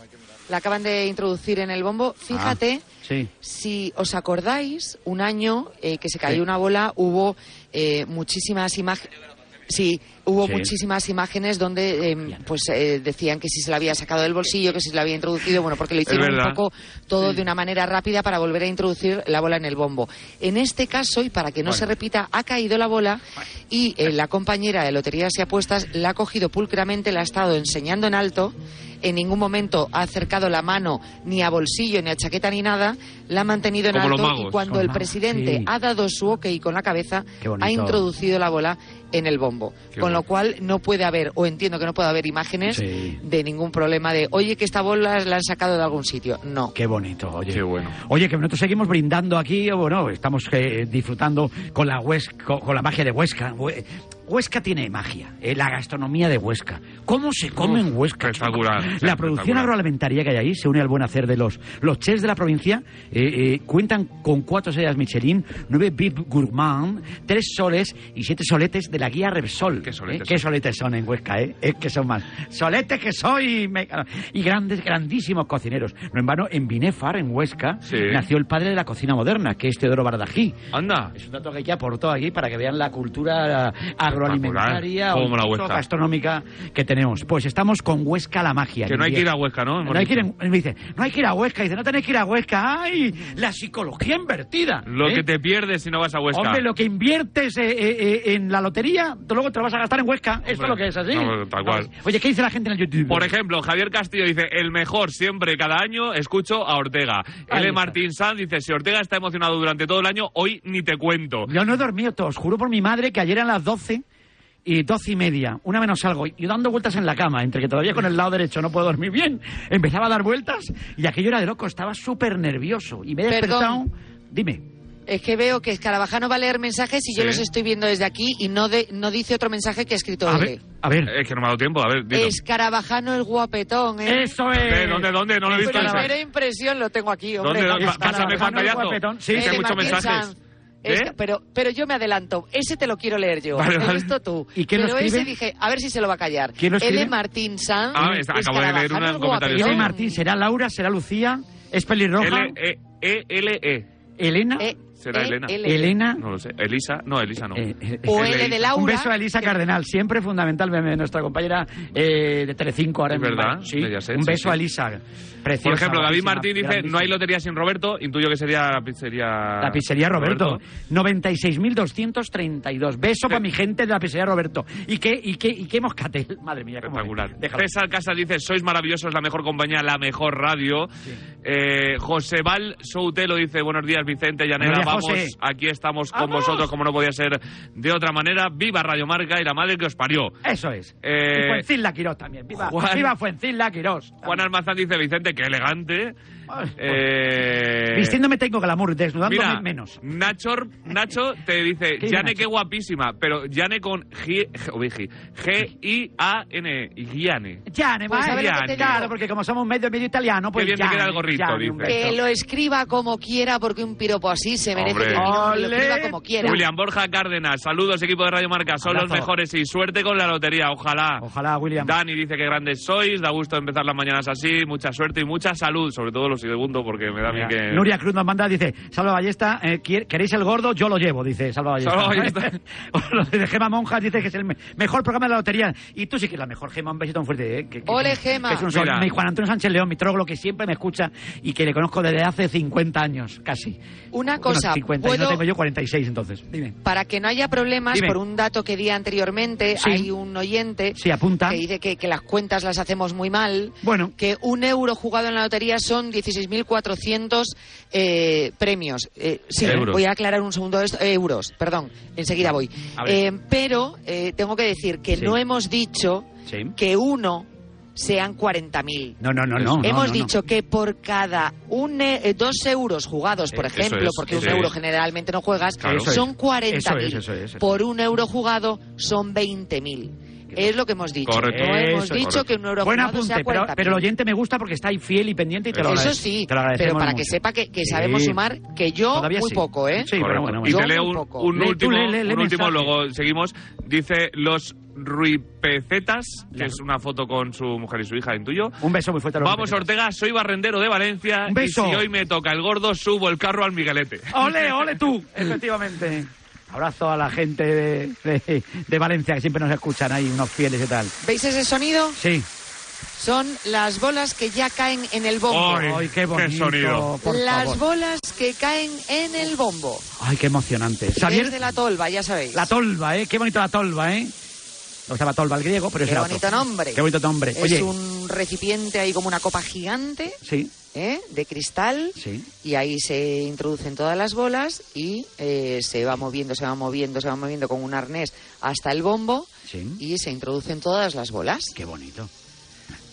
[SPEAKER 4] la acaban de introducir en el bombo. Fíjate,
[SPEAKER 2] Sí.
[SPEAKER 4] si os acordáis, un año eh, que se cayó
[SPEAKER 2] Sí.
[SPEAKER 4] una bola, hubo eh, muchísimas imágenes. Sí, hubo
[SPEAKER 14] Sí.
[SPEAKER 4] muchísimas imágenes donde eh, pues eh, decían que si se la había sacado del bolsillo, que si se la había introducido, bueno, porque lo
[SPEAKER 14] Es
[SPEAKER 4] hicieron un
[SPEAKER 14] verdad.
[SPEAKER 4] poco todo de una manera rápida para volver a introducir la bola en el bombo. En este caso, y para que no
[SPEAKER 14] Bueno.
[SPEAKER 4] se repita, ha caído la bola y eh, la compañera de Loterías y Apuestas la ha cogido pulcramente, la ha estado enseñando en alto, en ningún momento ha acercado la mano ni a bolsillo, ni a chaqueta, ni nada, la ha mantenido en
[SPEAKER 14] Como los
[SPEAKER 4] alto y
[SPEAKER 14] magos.
[SPEAKER 4] cuando
[SPEAKER 14] Como
[SPEAKER 4] el
[SPEAKER 14] magos,
[SPEAKER 4] presidente
[SPEAKER 14] sí.
[SPEAKER 4] ha dado su ok con la cabeza,
[SPEAKER 14] Qué bonito.
[SPEAKER 4] ha introducido la bola en el bombo.
[SPEAKER 14] Qué
[SPEAKER 4] con
[SPEAKER 14] bueno.
[SPEAKER 4] lo cual no puede haber, o entiendo que no puede haber imágenes de ningún problema de, oye, que esta bola la han sacado de algún sitio. No.
[SPEAKER 2] Qué bonito, oye.
[SPEAKER 3] Qué bueno.
[SPEAKER 2] Oye, que nosotros seguimos brindando aquí, o bueno, estamos eh, disfrutando con la, Huesca, con, con la magia de Huesca. Hue- Huesca tiene magia, eh, la gastronomía de Huesca. ¿Cómo se come en Huesca?
[SPEAKER 3] Espectacular.
[SPEAKER 2] La producción
[SPEAKER 3] espectacular.
[SPEAKER 2] agroalimentaria que hay ahí se une al buen hacer de los, los chefs de la provincia. eh, eh, cuentan con cuatro estrellas Michelin, nueve VIP Gourmand, tres soles y siete soletes de la guía Repsol. ¿Qué soletes, ¿Qué soletes son en Huesca? eh? Es que son más. Soletes que soy. me- Y grandes, grandísimos cocineros. No en vano, en Binefar, en Huesca, nació el padre de la cocina moderna, que es Teodoro Bardají.
[SPEAKER 3] Anda.
[SPEAKER 2] Es un dato que ya aportó aquí para que vean la cultura agroalimentaria o
[SPEAKER 3] Cómo mola
[SPEAKER 2] incluso
[SPEAKER 3] Huesca.
[SPEAKER 2] gastronómica que tenemos. Pues estamos con Huesca la magia.
[SPEAKER 3] Que no hay que ir a Huesca, ¿no?
[SPEAKER 2] No
[SPEAKER 3] Hemos
[SPEAKER 2] hay que ir,
[SPEAKER 3] dicho.
[SPEAKER 2] en- me dice, no hay que ir a Huesca. Dice, no tenéis que ir a Huesca. ¡Ay! La psicología invertida.
[SPEAKER 3] Lo
[SPEAKER 2] ¿eh?
[SPEAKER 3] que te pierdes si no vas a Huesca.
[SPEAKER 2] Hombre, lo que inviertes eh, eh, eh, en la lotería, tú luego te lo vas a gastar en Huesca. Esto es lo que es así.
[SPEAKER 3] No, tal cual.
[SPEAKER 2] Oye, ¿qué dice la gente en el YouTube?
[SPEAKER 3] Por ejemplo, Javier Castillo dice, el mejor siempre, cada año, escucho a Ortega.
[SPEAKER 2] Ahí
[SPEAKER 3] L.
[SPEAKER 2] está.
[SPEAKER 3] Martín Sanz dice, si Ortega está emocionado durante todo el año, hoy ni te cuento.
[SPEAKER 2] Yo no he dormido, te os juro por mi madre que ayer eran las 12 y 12 y media, una menos algo, y yo dando vueltas en la cama, entre que todavía con el lado derecho no puedo dormir bien, empezaba a dar vueltas y aquello era de loco, estaba súper nervioso y me he despertado.
[SPEAKER 4] Perdón.
[SPEAKER 2] Dime.
[SPEAKER 4] Es que veo que Escarabajano va a leer mensajes y yo
[SPEAKER 3] Sí.
[SPEAKER 4] los estoy viendo desde aquí y no, de- no dice otro mensaje que ha escrito
[SPEAKER 3] A
[SPEAKER 4] él.
[SPEAKER 2] A ver.
[SPEAKER 3] Eh, Es que no me ha dado tiempo, a ver, dilo.
[SPEAKER 4] Escarabajano el guapetón, ¿eh?
[SPEAKER 2] ¡Eso
[SPEAKER 3] ¿De dónde, dónde? Este, No lo he visto.
[SPEAKER 4] La primera impresión lo tengo aquí, hombre.
[SPEAKER 3] ¿Dónde? ¿Dónde? Pásame pantallazo. Sí,
[SPEAKER 4] El
[SPEAKER 3] que hay
[SPEAKER 4] de
[SPEAKER 3] muchos
[SPEAKER 4] Este, Martín
[SPEAKER 3] mensajes.
[SPEAKER 4] Sanz. Es que- pero, pero yo me adelanto, ese te lo quiero leer yo.
[SPEAKER 3] ¿Eh? Vale,
[SPEAKER 4] El
[SPEAKER 3] vale.
[SPEAKER 4] resto tú.
[SPEAKER 3] ¿Y quién lo
[SPEAKER 4] pero
[SPEAKER 3] escribe?
[SPEAKER 4] ese dije, a ver si se lo va a callar.
[SPEAKER 2] ¿Quién lo
[SPEAKER 4] el de
[SPEAKER 2] escribe?
[SPEAKER 4] Martín Sanz.
[SPEAKER 3] Ah, está- acabo de leer
[SPEAKER 4] Escarabajano
[SPEAKER 3] una-
[SPEAKER 4] el
[SPEAKER 3] un comentario.
[SPEAKER 2] Ese
[SPEAKER 3] sí.
[SPEAKER 2] Martín, ¿será Laura? ¿Será Lucía? ¿Es pelirroja?
[SPEAKER 3] L, E, E, L, E.
[SPEAKER 2] ¿Elena?
[SPEAKER 3] ¿Será
[SPEAKER 2] E,
[SPEAKER 3] Elena?
[SPEAKER 2] L, E. Elena.
[SPEAKER 3] No lo sé. Elisa. No, Elisa no.
[SPEAKER 2] O
[SPEAKER 3] L, I.
[SPEAKER 2] Un beso a Elisa Cardenal, siempre fundamental, meme, nuestra compañera eh, de Telecinco ahora
[SPEAKER 3] Es
[SPEAKER 2] mismo.
[SPEAKER 3] verdad,
[SPEAKER 2] Sí,
[SPEAKER 3] de Mediaset,
[SPEAKER 2] un
[SPEAKER 3] sí,
[SPEAKER 2] beso
[SPEAKER 3] sí.
[SPEAKER 2] a Elisa. Preciosa,
[SPEAKER 3] Por ejemplo, David
[SPEAKER 2] guapísima,
[SPEAKER 3] Martín dice,
[SPEAKER 2] grandísima.
[SPEAKER 3] no hay lotería sin Roberto. Intuyo que sería la pizzería...
[SPEAKER 2] La pizzería Roberto. 96.232. Beso para mi gente de la pizzería Roberto. ¿Y qué, y qué, y qué moscatel? Madre mía, qué
[SPEAKER 3] Espectacular. César Casas dice, sois maravillosos, la mejor compañía, la mejor radio. Eh, José Val Soutelo dice, buenos días Vicente, Llanera,
[SPEAKER 15] Buenos días,
[SPEAKER 3] vamos,
[SPEAKER 15] José.
[SPEAKER 3] aquí estamos con
[SPEAKER 15] ¡Vamos!
[SPEAKER 3] vosotros como no podía ser de otra manera. Viva Radio Marca y la madre que os parió.
[SPEAKER 2] Eso es. Y
[SPEAKER 3] Eh,
[SPEAKER 2] Fuenzilla Quirós también. Viva,
[SPEAKER 3] Juan-
[SPEAKER 2] viva Fuenzilla Quirós.
[SPEAKER 3] Juan Almazán dice, Vicente, qué elegante. Eh,
[SPEAKER 2] Vistiéndome tengo glamour, desnudándome
[SPEAKER 3] Mira,
[SPEAKER 2] menos.
[SPEAKER 3] Nacho, Nacho te dice,
[SPEAKER 2] ¿Qué dice
[SPEAKER 3] Yane,
[SPEAKER 2] Nacho?
[SPEAKER 3] qué guapísima, pero Yane con G- G- G-I-A-N, Giane.
[SPEAKER 2] Gianni,
[SPEAKER 3] Pues a ver lo que te
[SPEAKER 2] maestro.
[SPEAKER 3] digo.
[SPEAKER 2] claro, porque como somos medio medio italiano, pues
[SPEAKER 3] Qué bien te
[SPEAKER 2] Gianni,
[SPEAKER 3] queda el gorrito,
[SPEAKER 2] Gianni, un
[SPEAKER 3] dice.
[SPEAKER 2] beso.
[SPEAKER 4] Que lo escriba como quiera, porque un piropo así se merece
[SPEAKER 3] Hombre.
[SPEAKER 4] que lo escriba
[SPEAKER 3] ¡Ole!
[SPEAKER 4] como quiera.
[SPEAKER 3] William Borja Cárdenas, saludos equipo de Radio Marca, son los
[SPEAKER 2] Abrazo.
[SPEAKER 3] mejores y suerte con la lotería, ojalá.
[SPEAKER 2] Ojalá, William.
[SPEAKER 3] Dani dice que grandes sois, da gusto empezar las mañanas así, mucha suerte y mucha salud, sobre todo los segundos porque me da a mí que...
[SPEAKER 2] Nuria Cruz nos manda, dice, Salva Ballesta, eh, ¿quier- ¿queréis el gordo? Yo lo llevo, dice Salva Ballesta.
[SPEAKER 3] Salva Ballesta.
[SPEAKER 2] Lo de Gema Monjas dice que es el me- mejor programa de la lotería. Y tú sí que eres la mejor, Gema, un besito muy fuerte. eh, que- que-
[SPEAKER 4] Ole,
[SPEAKER 2] que-
[SPEAKER 4] Gema.
[SPEAKER 2] que es un sol.
[SPEAKER 4] Mira.
[SPEAKER 2] Y Juan Antonio Sánchez León, mi tróglo, que siempre me escucha y que le conozco desde hace 50 años, casi.
[SPEAKER 4] Una
[SPEAKER 2] Bueno,
[SPEAKER 4] cosa,
[SPEAKER 2] 50, y no
[SPEAKER 4] puedo,
[SPEAKER 2] tengo yo 46 entonces. Dime.
[SPEAKER 4] para que no haya problemas,
[SPEAKER 2] Dime.
[SPEAKER 4] por un dato que di anteriormente,
[SPEAKER 2] Sí.
[SPEAKER 4] hay un oyente
[SPEAKER 2] Sí, apunta.
[SPEAKER 4] que dice que, que las cuentas las hacemos muy mal,
[SPEAKER 2] Bueno.
[SPEAKER 4] que un euro jugado en la lotería son 16.400 eh, premios. Eh, sí,
[SPEAKER 14] Euros.
[SPEAKER 4] voy a aclarar un segundo esto, eh, euros, perdón, enseguida voy.
[SPEAKER 14] A ver.
[SPEAKER 4] Eh, pero eh, tengo que decir que
[SPEAKER 2] Sí.
[SPEAKER 4] no hemos dicho
[SPEAKER 2] Sí.
[SPEAKER 4] que uno sean 40.000.
[SPEAKER 2] No, no, Ah, no, no. no,
[SPEAKER 4] Hemos
[SPEAKER 2] no, no.
[SPEAKER 4] dicho que por cada un, e- eh, dos euros jugados, por
[SPEAKER 2] Eh, eso
[SPEAKER 4] ejemplo,
[SPEAKER 2] es,
[SPEAKER 4] porque un
[SPEAKER 2] eso
[SPEAKER 4] euro
[SPEAKER 2] es.
[SPEAKER 4] generalmente no juegas,
[SPEAKER 2] Claro. Eso es.
[SPEAKER 4] son
[SPEAKER 2] Eso
[SPEAKER 4] 40.000.
[SPEAKER 2] es, eso es, eso es.
[SPEAKER 4] Por un euro jugado son 20.000. Es lo que hemos dicho.
[SPEAKER 2] Correcto.
[SPEAKER 4] No hemos
[SPEAKER 2] Eso es,
[SPEAKER 4] dicho
[SPEAKER 2] correcto.
[SPEAKER 4] que un euro
[SPEAKER 2] Buen
[SPEAKER 4] jugado
[SPEAKER 2] apunte,
[SPEAKER 4] sea
[SPEAKER 2] pero,
[SPEAKER 4] 40.000.
[SPEAKER 2] pero el oyente me gusta porque está ahí fiel y pendiente y te lo
[SPEAKER 4] Eso
[SPEAKER 2] agradec-
[SPEAKER 4] sí,
[SPEAKER 2] te lo agradecemos
[SPEAKER 4] pero para que
[SPEAKER 2] mucho.
[SPEAKER 4] sepa que, que
[SPEAKER 2] Sí.
[SPEAKER 4] sabemos sumar, que yo
[SPEAKER 2] Todavía
[SPEAKER 4] muy
[SPEAKER 2] sí.
[SPEAKER 4] poco, ¿eh?
[SPEAKER 2] Sí, pero bueno,
[SPEAKER 3] Y
[SPEAKER 2] bueno.
[SPEAKER 3] te leo
[SPEAKER 2] Yo muy
[SPEAKER 3] un,
[SPEAKER 2] poco.
[SPEAKER 3] un
[SPEAKER 2] Lee, tú
[SPEAKER 3] último,
[SPEAKER 2] lee, lee, lee
[SPEAKER 3] un último,
[SPEAKER 2] mensaje.
[SPEAKER 3] luego seguimos. Dice los Ruipecetas, que es una foto con su mujer y su hija en tuyo.
[SPEAKER 2] Un beso muy fuerte. a los
[SPEAKER 3] Vamos Ortega, soy barrendero de Valencia
[SPEAKER 2] Un beso.
[SPEAKER 3] y si hoy me toca el gordo, subo el carro al Miguelete.
[SPEAKER 2] Ole, ole tú, efectivamente. Abrazo a la gente de, de- de Valencia que siempre nos escuchan ahí, unos fieles y tal.
[SPEAKER 4] ¿Veis ese sonido?
[SPEAKER 2] Sí.
[SPEAKER 4] Son las bolas que ya caen en el bombo.
[SPEAKER 2] Ay, Ay, qué bonito, qué sonido. por
[SPEAKER 4] las
[SPEAKER 2] favor.
[SPEAKER 4] bolas que caen en el bombo.
[SPEAKER 2] Ay, qué emocionante.
[SPEAKER 4] Desde
[SPEAKER 2] Xavier,
[SPEAKER 4] la tolva, ya sabéis.
[SPEAKER 2] la tolva, ¿eh? Qué bonito la tolva, ¿eh? No estaba tolva el griego, pero
[SPEAKER 4] qué
[SPEAKER 2] ese era
[SPEAKER 4] bonito
[SPEAKER 2] otro.
[SPEAKER 4] nombre.
[SPEAKER 2] Qué bonito nombre.
[SPEAKER 4] Es
[SPEAKER 2] Oye,
[SPEAKER 4] un recipiente ahí como una copa gigante,
[SPEAKER 2] sí,
[SPEAKER 4] ¿eh? De cristal.
[SPEAKER 2] sí.
[SPEAKER 4] Y ahí se introducen todas las bolas y eh, se va moviendo, se va moviendo, se va moviendo con un arnés hasta el bombo y se introducen todas las bolas.
[SPEAKER 2] Qué bonito.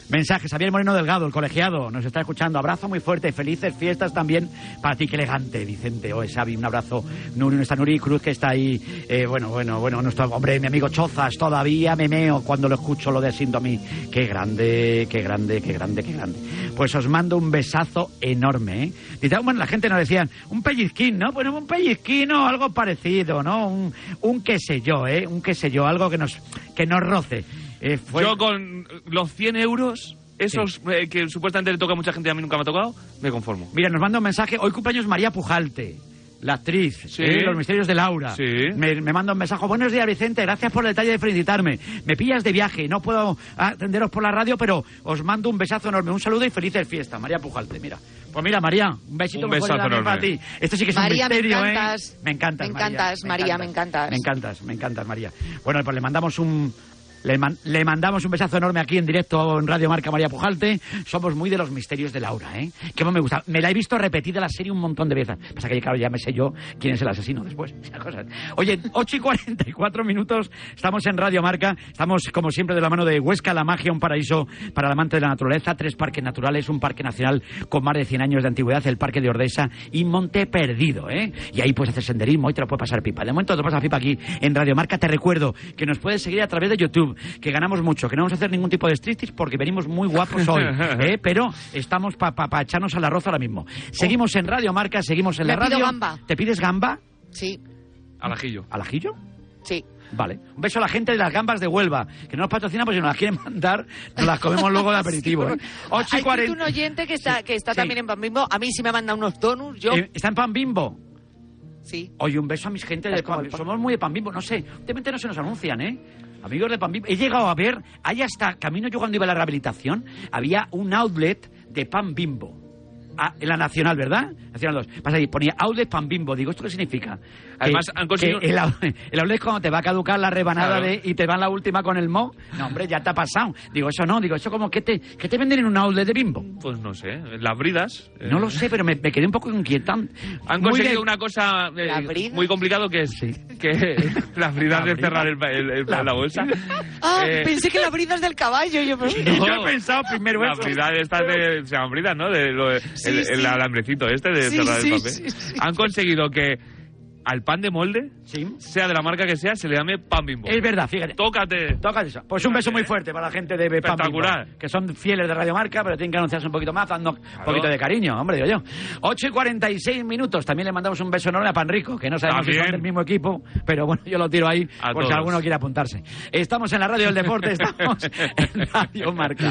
[SPEAKER 2] Mensaje, Xavier Moreno Delgado, el colegiado, nos está escuchando. Abrazo muy fuerte, felices fiestas también para ti, qué elegante, Vicente. Oye, Xavi, un abrazo. Nuri, no está Nuri Cruz, que está ahí. Eh, bueno, bueno, bueno, nuestro hombre, mi amigo Chozas, todavía me meo cuando lo escucho lo de Siendo a mí. Qué grande, qué grande, qué grande, qué grande. Pues os mando un besazo enorme, ¿eh? Dice, ah, bueno, la gente nos decía, un pellizquín, ¿no? Bueno, un pellizquín o algo parecido, ¿no? Un, un qué sé yo, ¿eh? Un qué sé yo, algo que nos, que nos roce. Eh, fue-
[SPEAKER 3] Yo con los 100 euros, esos eh, que supuestamente le toca a mucha gente y a mí nunca me ha tocado, me conformo.
[SPEAKER 2] Mira, nos manda un mensaje. Hoy cumpleaños María Pujalte, la actriz. ¿eh? Los misterios de Laura.
[SPEAKER 3] Sí.
[SPEAKER 2] Me, me manda un mensaje. Buenos días, Vicente. Gracias por el detalle de felicitarme. Me pillas de viaje. No puedo atenderos por la radio, pero os mando un besazo enorme. Un saludo y felices fiestas. María Pujalte, mira. Pues mira, María, un besito
[SPEAKER 3] Un
[SPEAKER 2] muy fuerte
[SPEAKER 3] besazo
[SPEAKER 2] también para
[SPEAKER 3] enorme.
[SPEAKER 2] ti. Esto sí que es
[SPEAKER 4] María,
[SPEAKER 2] un
[SPEAKER 4] me
[SPEAKER 2] misterio, ¿eh?
[SPEAKER 4] encantas.
[SPEAKER 2] Me encantas,
[SPEAKER 4] Me encantas, María, me encantas.
[SPEAKER 2] Me encantas, me encantas, María. Bueno, pues le mandamos un... Le, man- le mandamos un besazo enorme aquí en directo en Radio Marca María Pujalte. Somos muy de los misterios de Laura, ¿eh? Que más me gusta. Me la he visto repetida la serie un montón de veces. Pasa que, claro, ya me sé yo quién es el asesino después. esas cosas. Oye, 8 y 44 minutos, estamos en Radio Marca. Estamos, como siempre, de la mano de Huesca, la magia, un paraíso para el amante de la naturaleza. Tres parques naturales, un parque nacional con más de 100 años de antigüedad, el Parque de Ordesa y Monte Perdido, ¿eh? Y ahí puedes hacer senderismo y te lo puede pasar pipa. De momento te lo pasas pipa aquí en Radio Marca. Te recuerdo que nos puedes seguir a través de YouTube, que ganamos mucho, que no vamos a hacer ningún tipo de striptease porque venimos muy guapos hoy, ¿eh? Pero estamos para echarnos al arroz ahora mismo. Seguimos en Radio Marca, seguimos en
[SPEAKER 4] Me
[SPEAKER 2] la
[SPEAKER 4] pido
[SPEAKER 2] radio.
[SPEAKER 4] gamba.
[SPEAKER 2] ¿Te pides gamba?
[SPEAKER 4] Sí,
[SPEAKER 3] Al ajillo.
[SPEAKER 2] ¿Al ajillo?
[SPEAKER 4] sí.
[SPEAKER 2] Vale. Un beso a la gente de las gambas de Huelva, que no nos patrocinan porque si nos las quieren mandar, nos las comemos luego de aperitivo. ¿eh? 8
[SPEAKER 4] Hay
[SPEAKER 2] y
[SPEAKER 4] escrito
[SPEAKER 2] 40.
[SPEAKER 4] un oyente que está, que está también en Pan Bimbo. A mí sí me manda unos donuts, yo.
[SPEAKER 2] Eh, ¿Está en Pan Bimbo?
[SPEAKER 4] Sí.
[SPEAKER 2] Oye, un beso a mis gente de Pan Bimbo. Somos muy de Pan Bimbo, no sé. Últimamente no se nos anuncian, ¿eh? Amigos de Pan Bimbo. He llegado a ver, ahí hasta camino yo cuando iba a la rehabilitación, había un outlet de Pan Bimbo. Ah, en la Nacional, ¿verdad? Nacional 2. Pasa ahí, ponía outlet Pan Bimbo. Digo, ¿esto qué significa?
[SPEAKER 3] Además,
[SPEAKER 2] Que-
[SPEAKER 3] han conseguido-
[SPEAKER 2] que el, out- el outlet es cuando te va a caducar la rebanada
[SPEAKER 3] Claro.
[SPEAKER 2] de, y te van la última con el mo. No, hombre, ya te ha pasado. Digo, eso no. Digo, eso como que te, que te venden en un outlet de Bimbo.
[SPEAKER 3] Pues no sé, las bridas. eh,
[SPEAKER 2] No lo sé, pero me, me quedé un poco inquietante.
[SPEAKER 3] Han
[SPEAKER 2] Muy
[SPEAKER 3] conseguido
[SPEAKER 2] de-
[SPEAKER 3] una cosa eh, muy complicado que es que las bridas de cerrar el, pa- el- el- la, bolsa.
[SPEAKER 4] Ah,
[SPEAKER 3] Eh,
[SPEAKER 4] pensé que la bridas del caballo. Yo, me-
[SPEAKER 3] no. Las bridas estas de... Se llaman bridas, ¿no? De lo- el, el alambrecito este de
[SPEAKER 4] Sí,
[SPEAKER 3] cerrar
[SPEAKER 4] sí,
[SPEAKER 3] el papel.
[SPEAKER 4] sí, sí.
[SPEAKER 3] Han conseguido que al pan de molde, sea de la marca que sea, se le llame pan bimbo.
[SPEAKER 2] Es verdad, fíjate.
[SPEAKER 3] Tócate.
[SPEAKER 2] Tócate eso. Pues un beso muy fuerte para la gente de Pan Bimbo,
[SPEAKER 3] Eh, Espectacular.
[SPEAKER 2] que son fieles de Radio Marca, pero tienen que anunciarse un poquito más, dando un poquito de cariño, hombre, digo yo. 8 y 46 minutos. También le mandamos un beso enorme a Panrico, que no sabemos si son
[SPEAKER 3] También.
[SPEAKER 2] del mismo equipo, pero bueno, yo lo tiro ahí
[SPEAKER 3] A
[SPEAKER 2] por si
[SPEAKER 3] todos.
[SPEAKER 2] alguno quiere apuntarse. Estamos en la radio del deporte, estamos en Radio Marca.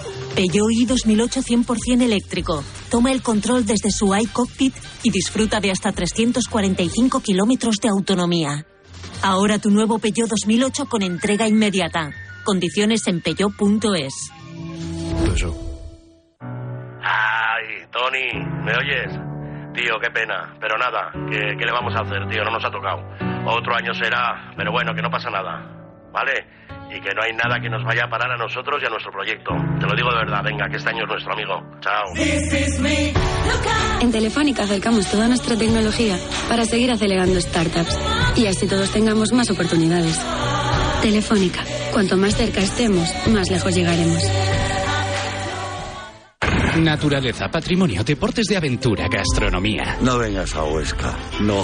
[SPEAKER 16] Peugeot i2008 100% eléctrico. Toma el control desde su iCockpit y disfruta de hasta 345 kilómetros de autonomía. Ahora tu nuevo Peugeot 2008 con entrega inmediata. Condiciones en peugeot.es.
[SPEAKER 17] Ay, Tony, ¿me oyes? Tío, qué pena. Pero nada, ¿qué, qué le vamos a hacer, tío? No nos ha tocado. Otro año será, pero bueno, que no pasa nada. ¿Vale? Y que no hay nada que nos vaya a parar a nosotros y a nuestro proyecto. Te lo digo de verdad, venga, que este año es nuestro amigo. Chao.
[SPEAKER 18] En Telefónica acercamos toda nuestra tecnología para seguir acelerando startups y así todos tengamos más oportunidades. Telefónica, cuanto más cerca estemos, más lejos llegaremos.
[SPEAKER 19] Naturaleza, patrimonio, deportes de aventura, gastronomía.
[SPEAKER 20] No vengas a Huesca. No.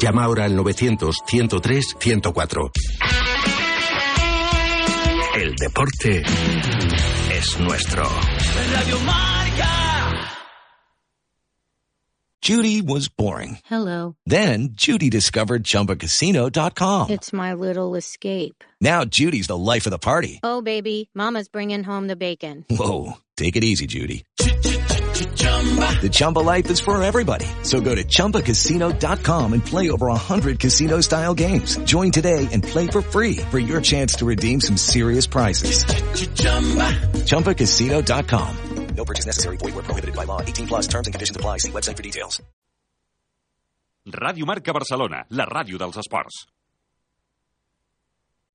[SPEAKER 21] Llama ahora al 900-103-104.
[SPEAKER 22] El deporte es nuestro.
[SPEAKER 23] Judy was boring.
[SPEAKER 24] Hello.
[SPEAKER 23] Then Judy discovered ChumbaCasino.com.
[SPEAKER 24] It's my little escape.
[SPEAKER 23] Now Judy's the life of the party.
[SPEAKER 24] Oh, baby, Mama's bringing home the bacon.
[SPEAKER 23] Whoa, take it easy, Judy. The Chumba life is for everybody. So go to ChumbaCasino.com and play over 100 casino style games. Join today and play for free for your chance to redeem some serious prizes. ChumbaCasino.com. No purchase necessary. Void where prohibited by law. 18 plus terms and conditions apply. See website for details.
[SPEAKER 22] Ràdio Marca Barcelona, la ràdio dels esports.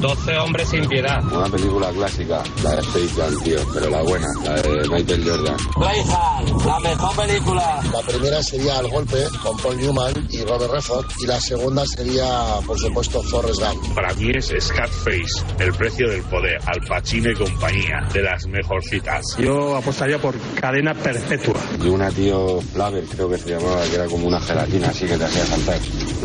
[SPEAKER 3] 12 hombres sin piedad.
[SPEAKER 25] Una película clásica, la de Space Jam, tío, pero la buena, la de Michael Jordan.
[SPEAKER 3] Braveheart, la mejor película.
[SPEAKER 17] La primera sería El Golpe con Paul Newman y Robert Redford y la segunda sería, por supuesto, Forrest Gump.
[SPEAKER 11] Para mí es Scarface, el precio del poder, Al Pacino y compañía, de las mejorcitas.
[SPEAKER 26] Yo apostaría por cadena perpetua.
[SPEAKER 25] Y una, tío, Flavel, creo que se llamaba, que era como una gelatina así que te hacía saltar.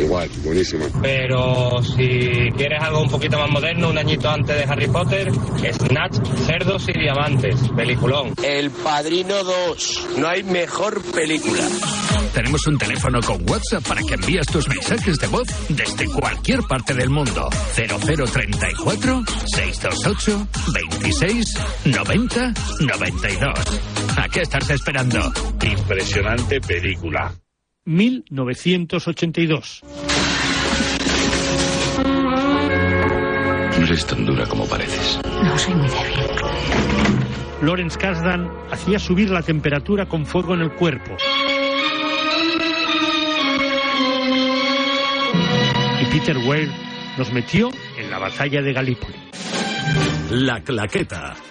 [SPEAKER 25] Igual, buenísima.
[SPEAKER 3] Pero si quieres algo un poquito más moderno, un añito antes de Harry Potter, Snatch, Cerdos y Diamantes, peliculón. El Padrino 2, no hay mejor película.
[SPEAKER 22] Tenemos un teléfono con WhatsApp para que envíes tus mensajes de voz desde cualquier parte del mundo. 0034 628 26 90 92. ¿A qué estás esperando?
[SPEAKER 11] Impresionante película.
[SPEAKER 27] 1982.
[SPEAKER 28] No eres tan dura como pareces.
[SPEAKER 29] No, soy muy débil.
[SPEAKER 27] Lawrence Kasdan hacía subir la temperatura con fuego en el cuerpo. Y Peter Weir nos metió en la batalla de Galípoli.
[SPEAKER 13] La Claqueta.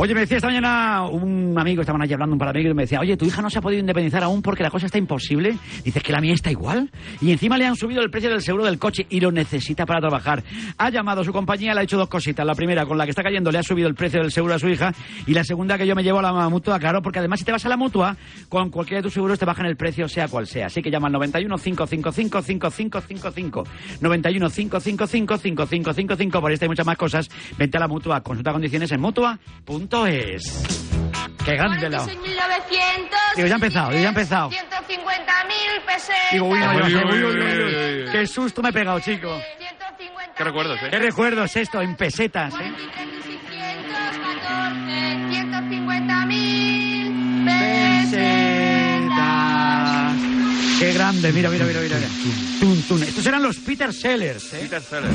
[SPEAKER 2] Oye, me decía esta mañana un amigo, estaban allí hablando un par de amigos, y me decía, oye, tu hija no se ha podido independizar aún porque la cosa está imposible. Dices que la mía está igual. Y encima le han subido el precio del seguro del coche y lo necesita para trabajar. Ha llamado a su compañía, le ha hecho dos cositas. La primera, con la que está cayendo, le ha subido el precio del seguro a su hija. Y la segunda, que yo me llevo a la mutua, claro, porque además si te vas a la mutua, con cualquiera de tus seguros te bajan el precio, sea cual sea. Así que llama al 91 555 5555. 91 555 5555. Por esta hay muchas más cosas. Vente a la mutua, consulta condiciones en mutua.es. Qué grande la.
[SPEAKER 9] 1900.
[SPEAKER 2] Digo, ya ha empezado, digo, ya ha empezado.
[SPEAKER 9] 150.000 pesetas.
[SPEAKER 2] Digo, uy, no, yo no sé, uy, uy, uy, uy. Qué susto me he pegado, chico.
[SPEAKER 9] 150.000
[SPEAKER 3] Qué recuerdos, ¿eh?
[SPEAKER 2] Qué recuerdos esto, en pesetas, ¿eh?
[SPEAKER 9] 150 mil
[SPEAKER 2] pesetas. Ah, Qué grande, mira, mira, mira, mira. mira. Tun, tun. Estos eran los Peter Sellers, ¿eh?
[SPEAKER 3] Peter Sellers.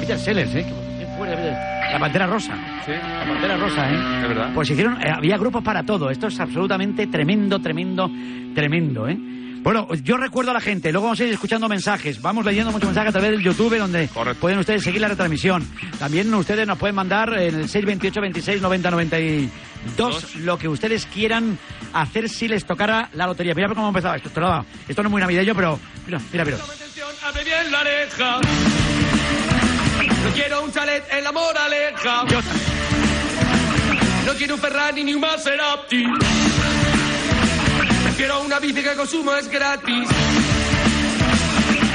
[SPEAKER 2] Peter Sellers, ¿eh? Qué fuerte, Peter. La pantera rosa.
[SPEAKER 3] Sí. La
[SPEAKER 2] Pantera rosa, ¿eh?
[SPEAKER 3] Es verdad.
[SPEAKER 2] Pues hicieron, eh, había grupos para todo. Esto es absolutamente tremendo, tremendo, tremendo, ¿eh? Bueno, yo recuerdo a la gente, luego vamos a ir escuchando mensajes, vamos leyendo muchos mensajes a través del YouTube donde pueden ustedes seguir la retransmisión. También ustedes nos pueden mandar en el 628 26 90 92 lo que ustedes quieran hacer si les tocara la lotería. Mira cómo empezaba esto, esto, no- esto no es muy navideño, pero mira, mira, mira.
[SPEAKER 3] Abre bien la oreja. No quiero un chalet en la moraleja. No quiero un Ferrari ni un Maserati. Prefiero una bici que consumo es gratis.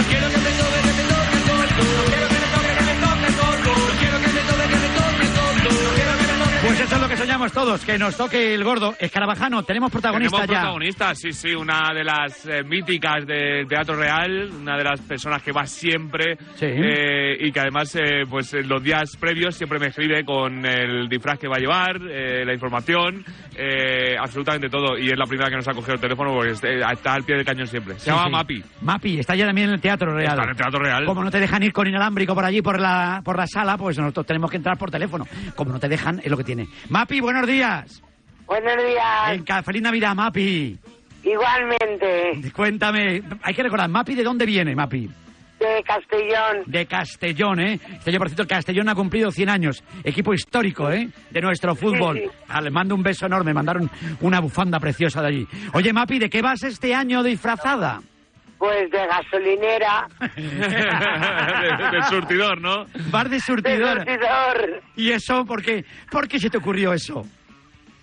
[SPEAKER 3] Quiero que me toque, que me toque todo. Quiero que me toque, que me toque todo. Quiero que me toque, que me toque todo. Quiero que me toque.
[SPEAKER 2] Pues eso es lo que soñamos todos, que nos toque el gordo. Escarabajano, tenemos protagonista
[SPEAKER 3] Tenemos
[SPEAKER 2] ya.
[SPEAKER 3] protagonista, sí, sí, una de las eh, míticas del Teatro Real, una de las personas que va siempre
[SPEAKER 2] Sí.
[SPEAKER 3] eh, y que además eh, pues en los días previos siempre me escribe con el disfraz que va a llevar, eh, la información, eh, absolutamente todo. Y es la primera que nos ha cogido el teléfono porque es- eh, está al pie del cañón siempre. Se
[SPEAKER 2] Sí,
[SPEAKER 3] llama
[SPEAKER 2] sí.
[SPEAKER 3] Mapi.
[SPEAKER 2] Mapi, está ya también en el Teatro Real.
[SPEAKER 3] Está en el Teatro Real.
[SPEAKER 2] Como no te dejan ir con inalámbrico por allí, por la, por la sala, pues nosotros tenemos que entrar por teléfono. Como no te dejan, es lo que tiene. Mapi, buenos días.
[SPEAKER 30] Buenos días.
[SPEAKER 2] Venga, feliz Navidad, Mapi.
[SPEAKER 30] Igualmente,
[SPEAKER 2] Cuéntame, hay que recordar, Mapi, ¿de dónde viene, Mapi?
[SPEAKER 30] de Castellón.
[SPEAKER 2] De Castellón, ¿eh? Este por cierto, Castellón ha cumplido 100 años. Equipo histórico, ¿eh? De nuestro fútbol.
[SPEAKER 30] Sí, sí.
[SPEAKER 2] Ah, le mando un beso enorme, mandaron una bufanda preciosa de allí. Oye, Mapi, ¿de qué vas este año disfrazada?
[SPEAKER 30] Pues de gasolinera.
[SPEAKER 3] de, de surtidor, ¿no?
[SPEAKER 2] Vas de surtidor.
[SPEAKER 30] De surtidor.
[SPEAKER 2] ¿Y eso por qué? ¿Por qué se te ocurrió eso?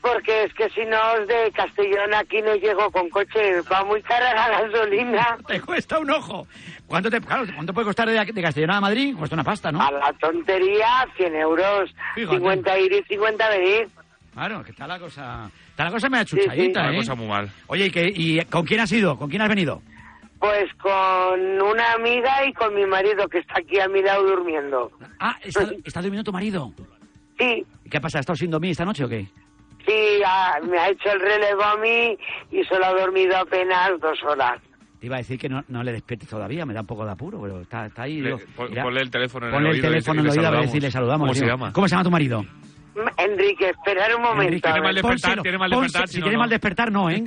[SPEAKER 30] Porque es que si no, de Castellón aquí no llego con coche. Va muy cara la gasolina.
[SPEAKER 2] Te cuesta un ojo. ¿Cuánto, te, claro, ¿cuánto puede costar de, de Castellón a Madrid? Cuesta una pasta, ¿no?
[SPEAKER 30] A la tontería, 100 euros.
[SPEAKER 2] Fíjate.
[SPEAKER 30] 50 ir y 50 venir.
[SPEAKER 2] Claro, que está la cosa... Está la cosa medio
[SPEAKER 30] Sí, sí.
[SPEAKER 2] achuchadita,
[SPEAKER 3] Una
[SPEAKER 2] ¿eh?
[SPEAKER 3] cosa muy mal.
[SPEAKER 2] Oye, ¿y, qué- ¿y con quién has ido? ¿Con quién has venido?
[SPEAKER 30] Pues con una amiga y con mi marido que está aquí a mi lado durmiendo.
[SPEAKER 2] Ah, está, está durmiendo tu marido.
[SPEAKER 30] Sí,
[SPEAKER 2] ¿Qué pasa? ¿Has estado sin dormir esta noche o qué?
[SPEAKER 30] sí, ah, me ha hecho el relevo a mí y solo ha dormido apenas dos horas.
[SPEAKER 2] Te iba a decir que no, no le despiertes todavía, me da un poco de apuro, pero está, está ahí.
[SPEAKER 3] Le-
[SPEAKER 2] digo,
[SPEAKER 3] pon-
[SPEAKER 2] mira,
[SPEAKER 3] ponle el teléfono en
[SPEAKER 2] ponle
[SPEAKER 3] el
[SPEAKER 2] el
[SPEAKER 3] oído y-
[SPEAKER 2] teléfono
[SPEAKER 3] y
[SPEAKER 2] en
[SPEAKER 3] le
[SPEAKER 2] el oído a ver
[SPEAKER 3] saludamos.
[SPEAKER 2] si le saludamos.
[SPEAKER 3] ¿Cómo se
[SPEAKER 2] digo,
[SPEAKER 3] llama?
[SPEAKER 2] ¿Cómo se llama tu marido?
[SPEAKER 30] Enrique, esperar un momento.
[SPEAKER 2] Enrique.
[SPEAKER 30] a
[SPEAKER 3] Tiene
[SPEAKER 30] ver.
[SPEAKER 3] mal despertar,
[SPEAKER 2] Pónselo,
[SPEAKER 3] tiene mal
[SPEAKER 2] pónselo,
[SPEAKER 3] despertar.
[SPEAKER 2] si
[SPEAKER 3] no,
[SPEAKER 2] tiene
[SPEAKER 3] no.
[SPEAKER 2] mal despertar, no, ¿eh?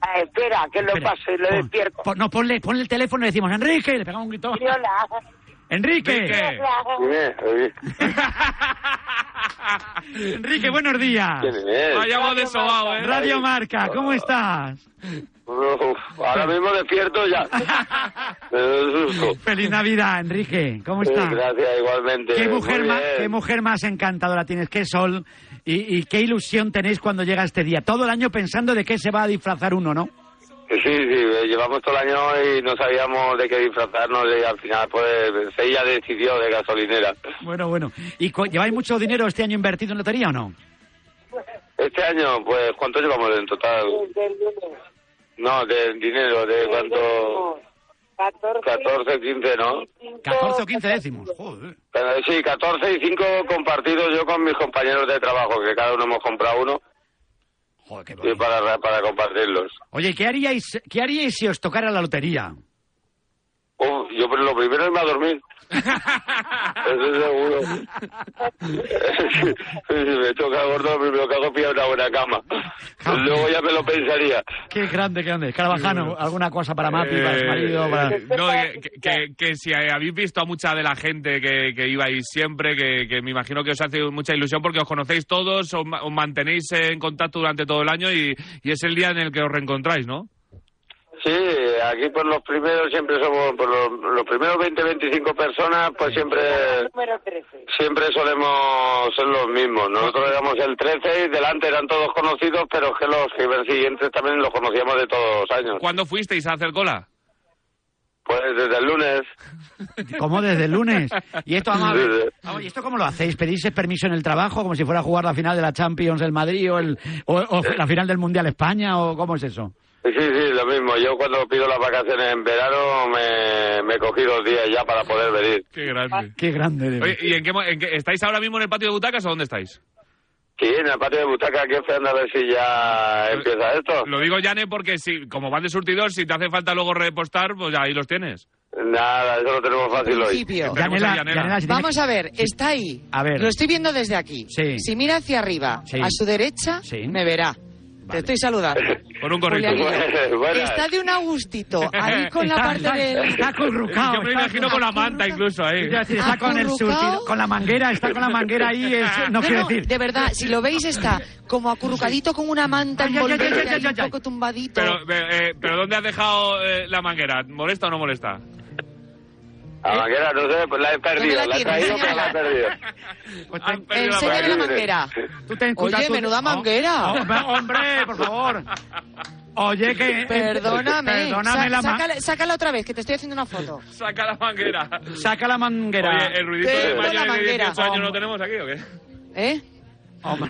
[SPEAKER 30] Ah, espera, que lo
[SPEAKER 2] Espera,
[SPEAKER 30] paso y lo
[SPEAKER 2] pon-
[SPEAKER 30] despierto.
[SPEAKER 2] pon- no, ponle, ponle el teléfono y le decimos, Enrique, le pegamos un grito.
[SPEAKER 30] Sí, hola.
[SPEAKER 2] Enrique.
[SPEAKER 3] Enrique.
[SPEAKER 25] Dime, oye,
[SPEAKER 2] Enrique, buenos días.
[SPEAKER 25] ¿quién es?
[SPEAKER 3] Vaya voz de sobao, ¿eh?
[SPEAKER 2] Radio Marca, ¿cómo estás?
[SPEAKER 25] Uf, ahora mismo despierto ya. Me da un susto.
[SPEAKER 2] Feliz Navidad, Enrique, ¿cómo
[SPEAKER 25] Sí,
[SPEAKER 2] estás?
[SPEAKER 25] gracias, igualmente.
[SPEAKER 2] ¿Qué
[SPEAKER 25] Muy
[SPEAKER 2] mujer, más,
[SPEAKER 25] bien.
[SPEAKER 2] qué mujer más encantadora tienes, qué sol y, y qué ilusión tenéis cuando llega este día. Todo el año pensando de qué se va a disfrazar uno, ¿no?
[SPEAKER 25] Sí, sí, eh, llevamos todo el año y no sabíamos de qué disfrazarnos y al final pues ella decidió de gasolinera.
[SPEAKER 2] Bueno, bueno. ¿Y cu- lleváis mucho dinero este año invertido en lotería o no?
[SPEAKER 25] Este año, pues, ¿cuánto llevamos en total? No, de dinero, de cuánto... 14, 15, ¿no?
[SPEAKER 2] 14 o 15 décimos. Joder.
[SPEAKER 25] Pero sí, 14 y 5 compartidos yo con mis compañeros de trabajo, que cada uno hemos comprado uno
[SPEAKER 2] Joder, qué
[SPEAKER 25] y
[SPEAKER 2] bonito.
[SPEAKER 25] para, para compartirlos.
[SPEAKER 2] Oye, ¿qué haríais, ¿qué haríais si os tocara la lotería?
[SPEAKER 25] Uf, yo pero lo primero es irme a dormir. Eso es seguro. si me toca gordo, lo primero que hago es pillar una buena cama. Luego ya me lo pensaría.
[SPEAKER 2] Qué grande, qué grande. Carabajano, alguna cosa para Mapi, para su
[SPEAKER 3] Eh,
[SPEAKER 2] marido, para...
[SPEAKER 3] No, que, que- que si habéis visto a mucha de la gente que, que ibais siempre, que, que me imagino que os hace mucha ilusión porque os conocéis todos, os, ma- os mantenéis en contacto durante todo el año y, y es el día en el que os reencontráis, ¿no?
[SPEAKER 25] Sí, aquí por los primeros siempre somos, por los, los primeros 20, 25 personas, pues siempre
[SPEAKER 30] Número 13.
[SPEAKER 25] siempre solemos ser los mismos. Nosotros éramos el 13 y delante eran todos conocidos, pero es que los que iban siguientes también los conocíamos de todos los años.
[SPEAKER 3] ¿Cuándo fuisteis a hacer cola?
[SPEAKER 25] Pues desde el lunes.
[SPEAKER 2] Como desde el lunes. Y esto, vamos a ver,
[SPEAKER 25] desde-
[SPEAKER 2] vamos, ¿y esto cómo lo hacéis? ¿Pedís permiso en el trabajo como si fuera a jugar la final de la Champions del Madrid o, el, o- o la final del Mundial España o cómo es eso?
[SPEAKER 25] Sí, sí, lo mismo. Yo cuando pido las vacaciones en verano me, me cogí dos días ya para poder venir.
[SPEAKER 3] Qué grande.
[SPEAKER 2] Qué grande. eres.
[SPEAKER 3] Oye, ¿y en qué, mo- en qué- estáis ahora mismo en el patio de butacas o dónde estáis?
[SPEAKER 25] Sí, en el patio de butaca aquí esperando a ver si ya
[SPEAKER 3] Pues
[SPEAKER 25] empieza esto.
[SPEAKER 3] Lo digo, Yane, porque si, como van de surtidor, si te hace falta luego repostar, pues ahí los tienes.
[SPEAKER 25] Nada, eso lo tenemos fácil hoy.
[SPEAKER 3] Tenemos ahí
[SPEAKER 2] Yanela,
[SPEAKER 3] Yanela.
[SPEAKER 2] Yanela, si tienes-
[SPEAKER 4] Vamos a ver, está ahí.
[SPEAKER 2] A ver.
[SPEAKER 4] Lo estoy viendo desde aquí.
[SPEAKER 2] Sí.
[SPEAKER 4] Si mira hacia arriba,
[SPEAKER 2] Sí.
[SPEAKER 4] a su derecha, me verá. Te estoy saludando.
[SPEAKER 3] Con un
[SPEAKER 4] Julia
[SPEAKER 3] gorrito.
[SPEAKER 4] Guillén. Está de un agustito, ahí con la parte de...
[SPEAKER 2] Está acurrucado,
[SPEAKER 3] Yo me
[SPEAKER 2] está
[SPEAKER 3] imagino con la manta incluso ahí.
[SPEAKER 2] Ya, sí, está con el surtido, con la manguera, Ah, está con la manguera ahí, es- no, quiero decir.
[SPEAKER 4] de verdad, si lo veis está como acurrucadito con una manta
[SPEAKER 2] ay, ay,
[SPEAKER 4] envolvente,
[SPEAKER 2] ay, ay,
[SPEAKER 4] ahí
[SPEAKER 2] ay,
[SPEAKER 4] un poco tumbadito.
[SPEAKER 3] Pero, eh, eh, pero ¿dónde has dejado eh, la manguera? ¿Molesta o no molesta? ¿Eh?
[SPEAKER 25] La manguera, no sé, pues la he perdido.
[SPEAKER 4] la
[SPEAKER 25] La he
[SPEAKER 4] tienes?
[SPEAKER 25] traído, pero la he perdido.
[SPEAKER 4] Enséñale Pues la manguera.
[SPEAKER 2] Tú ten cuidado,
[SPEAKER 4] Oye,
[SPEAKER 2] tú- Oh.
[SPEAKER 4] menuda manguera.
[SPEAKER 2] Hombre, hombre, por favor. Oye, que...
[SPEAKER 4] Perdóname.
[SPEAKER 2] Eh, Perdóname
[SPEAKER 4] Sa-
[SPEAKER 2] la ma-
[SPEAKER 4] sácala, sácala otra vez, que te estoy haciendo una foto.
[SPEAKER 3] Saca la manguera.
[SPEAKER 2] Saca la manguera.
[SPEAKER 3] Oye, el ruidito
[SPEAKER 4] ¿Qué
[SPEAKER 3] de
[SPEAKER 4] es
[SPEAKER 3] mayores
[SPEAKER 4] Eh, la
[SPEAKER 3] de 18 años
[SPEAKER 4] manguera?
[SPEAKER 3] no tenemos aquí, ¿o qué?
[SPEAKER 4] ¿Eh?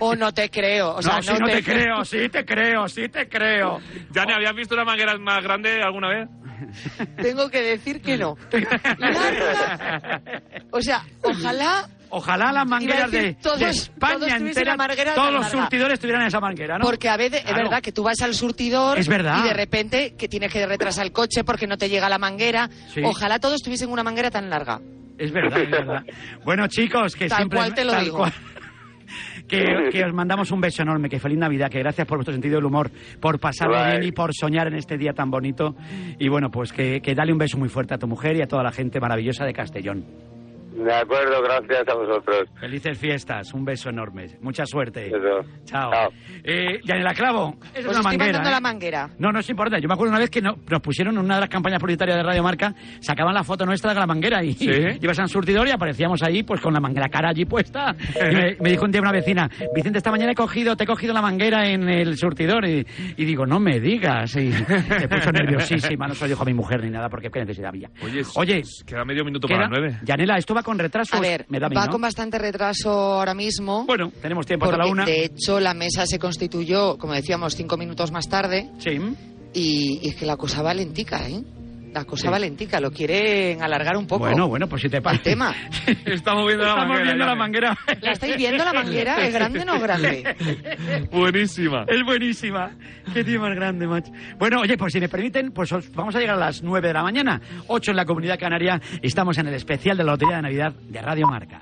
[SPEAKER 4] O no te creo. O sea,
[SPEAKER 2] no, sí, no te creo, sí te creo, sí te creo.
[SPEAKER 3] Jane, ¿habías visto una manguera más grande alguna vez?
[SPEAKER 4] Tengo que decir que no. Larga. O sea, ojalá
[SPEAKER 2] Ojalá las
[SPEAKER 4] Iba a
[SPEAKER 2] mangueras
[SPEAKER 4] decir,
[SPEAKER 2] de,
[SPEAKER 4] todos-
[SPEAKER 2] de
[SPEAKER 4] todos
[SPEAKER 2] España
[SPEAKER 4] tuviesen
[SPEAKER 2] entera,
[SPEAKER 4] la manguera
[SPEAKER 2] todos
[SPEAKER 4] tan
[SPEAKER 2] los
[SPEAKER 4] larga.
[SPEAKER 2] surtidores tuvieran esa manguera, ¿no?
[SPEAKER 4] Porque a veces
[SPEAKER 2] Claro.
[SPEAKER 4] es verdad que tú vas al surtidor
[SPEAKER 2] Es verdad.
[SPEAKER 4] y de repente que tienes que retrasar el coche porque no te llega la manguera.
[SPEAKER 2] Sí.
[SPEAKER 4] Ojalá todos tuviesen una manguera tan larga.
[SPEAKER 2] Es verdad, es verdad. Bueno, chicos, que
[SPEAKER 4] Tal
[SPEAKER 2] siempre...
[SPEAKER 4] cual te lo digo.
[SPEAKER 2] Que, que os mandamos un beso enorme, que feliz Navidad, que gracias por vuestro sentido del humor, por pasarlo
[SPEAKER 25] Bye.
[SPEAKER 2] bien y por soñar en este día tan bonito. Y bueno, pues que, que dale un beso muy fuerte a tu mujer y a toda la gente maravillosa de Castellón.
[SPEAKER 25] De acuerdo, gracias a vosotros.
[SPEAKER 2] Felices fiestas, un beso enorme, mucha suerte.
[SPEAKER 25] Eso.
[SPEAKER 2] Chao. Eh, Yanela Clavo, esa es
[SPEAKER 4] Os
[SPEAKER 2] una
[SPEAKER 4] estoy
[SPEAKER 2] manguera.
[SPEAKER 4] mandando
[SPEAKER 2] ¿eh?
[SPEAKER 4] la manguera.
[SPEAKER 2] No, no es importante. Yo me acuerdo una vez que no- nos pusieron en una de las campañas publicitarias de Radio Marca, sacaban la foto nuestra de la manguera y
[SPEAKER 3] Sí.
[SPEAKER 2] ibas a un surtidor y aparecíamos ahí pues con la, manguera, cara allí puesta. Y me, me dijo un día una vecina, Vicente, esta mañana he cogido, te he cogido la manguera en el surtidor. Y, y digo, no me digas. Y se puso nerviosísima, no se lo dijo a mi mujer ni nada porque qué necesidad había.
[SPEAKER 3] Oye, es-
[SPEAKER 2] Oye,
[SPEAKER 3] queda medio minuto para
[SPEAKER 2] queda-
[SPEAKER 3] las nueve.
[SPEAKER 2] Yanela, ¿esto va con retraso?
[SPEAKER 4] A ver,
[SPEAKER 2] me da a mí,
[SPEAKER 4] va
[SPEAKER 2] ¿no?
[SPEAKER 4] con bastante retraso ahora mismo.
[SPEAKER 2] Bueno, tenemos tiempo hasta la
[SPEAKER 4] porque,
[SPEAKER 2] una.
[SPEAKER 4] De hecho, la mesa se constituyó, como decíamos, cinco minutos más tarde.
[SPEAKER 2] Sí.
[SPEAKER 4] Y, y es que la cosa va lentica, ¿eh? La cosa va lentica. Lo quieren alargar un poco.
[SPEAKER 2] Bueno, bueno, pues si te
[SPEAKER 4] El
[SPEAKER 2] parece.
[SPEAKER 4] tema.
[SPEAKER 3] Estamos viendo la
[SPEAKER 2] Estamos
[SPEAKER 3] manguera.
[SPEAKER 2] viendo la
[SPEAKER 3] Yane.
[SPEAKER 2] manguera.
[SPEAKER 4] ¿La estáis viendo la manguera? ¿Es grande o no grande?
[SPEAKER 3] Buenísima.
[SPEAKER 2] Es buenísima. Qué tío más grande, macho. Bueno, oye, pues si me permiten, pues os- vamos a llegar a las 9 de la mañana, 8 en la Comunidad Canaria. Estamos en el especial de la Lotería de Navidad de Radio Marca.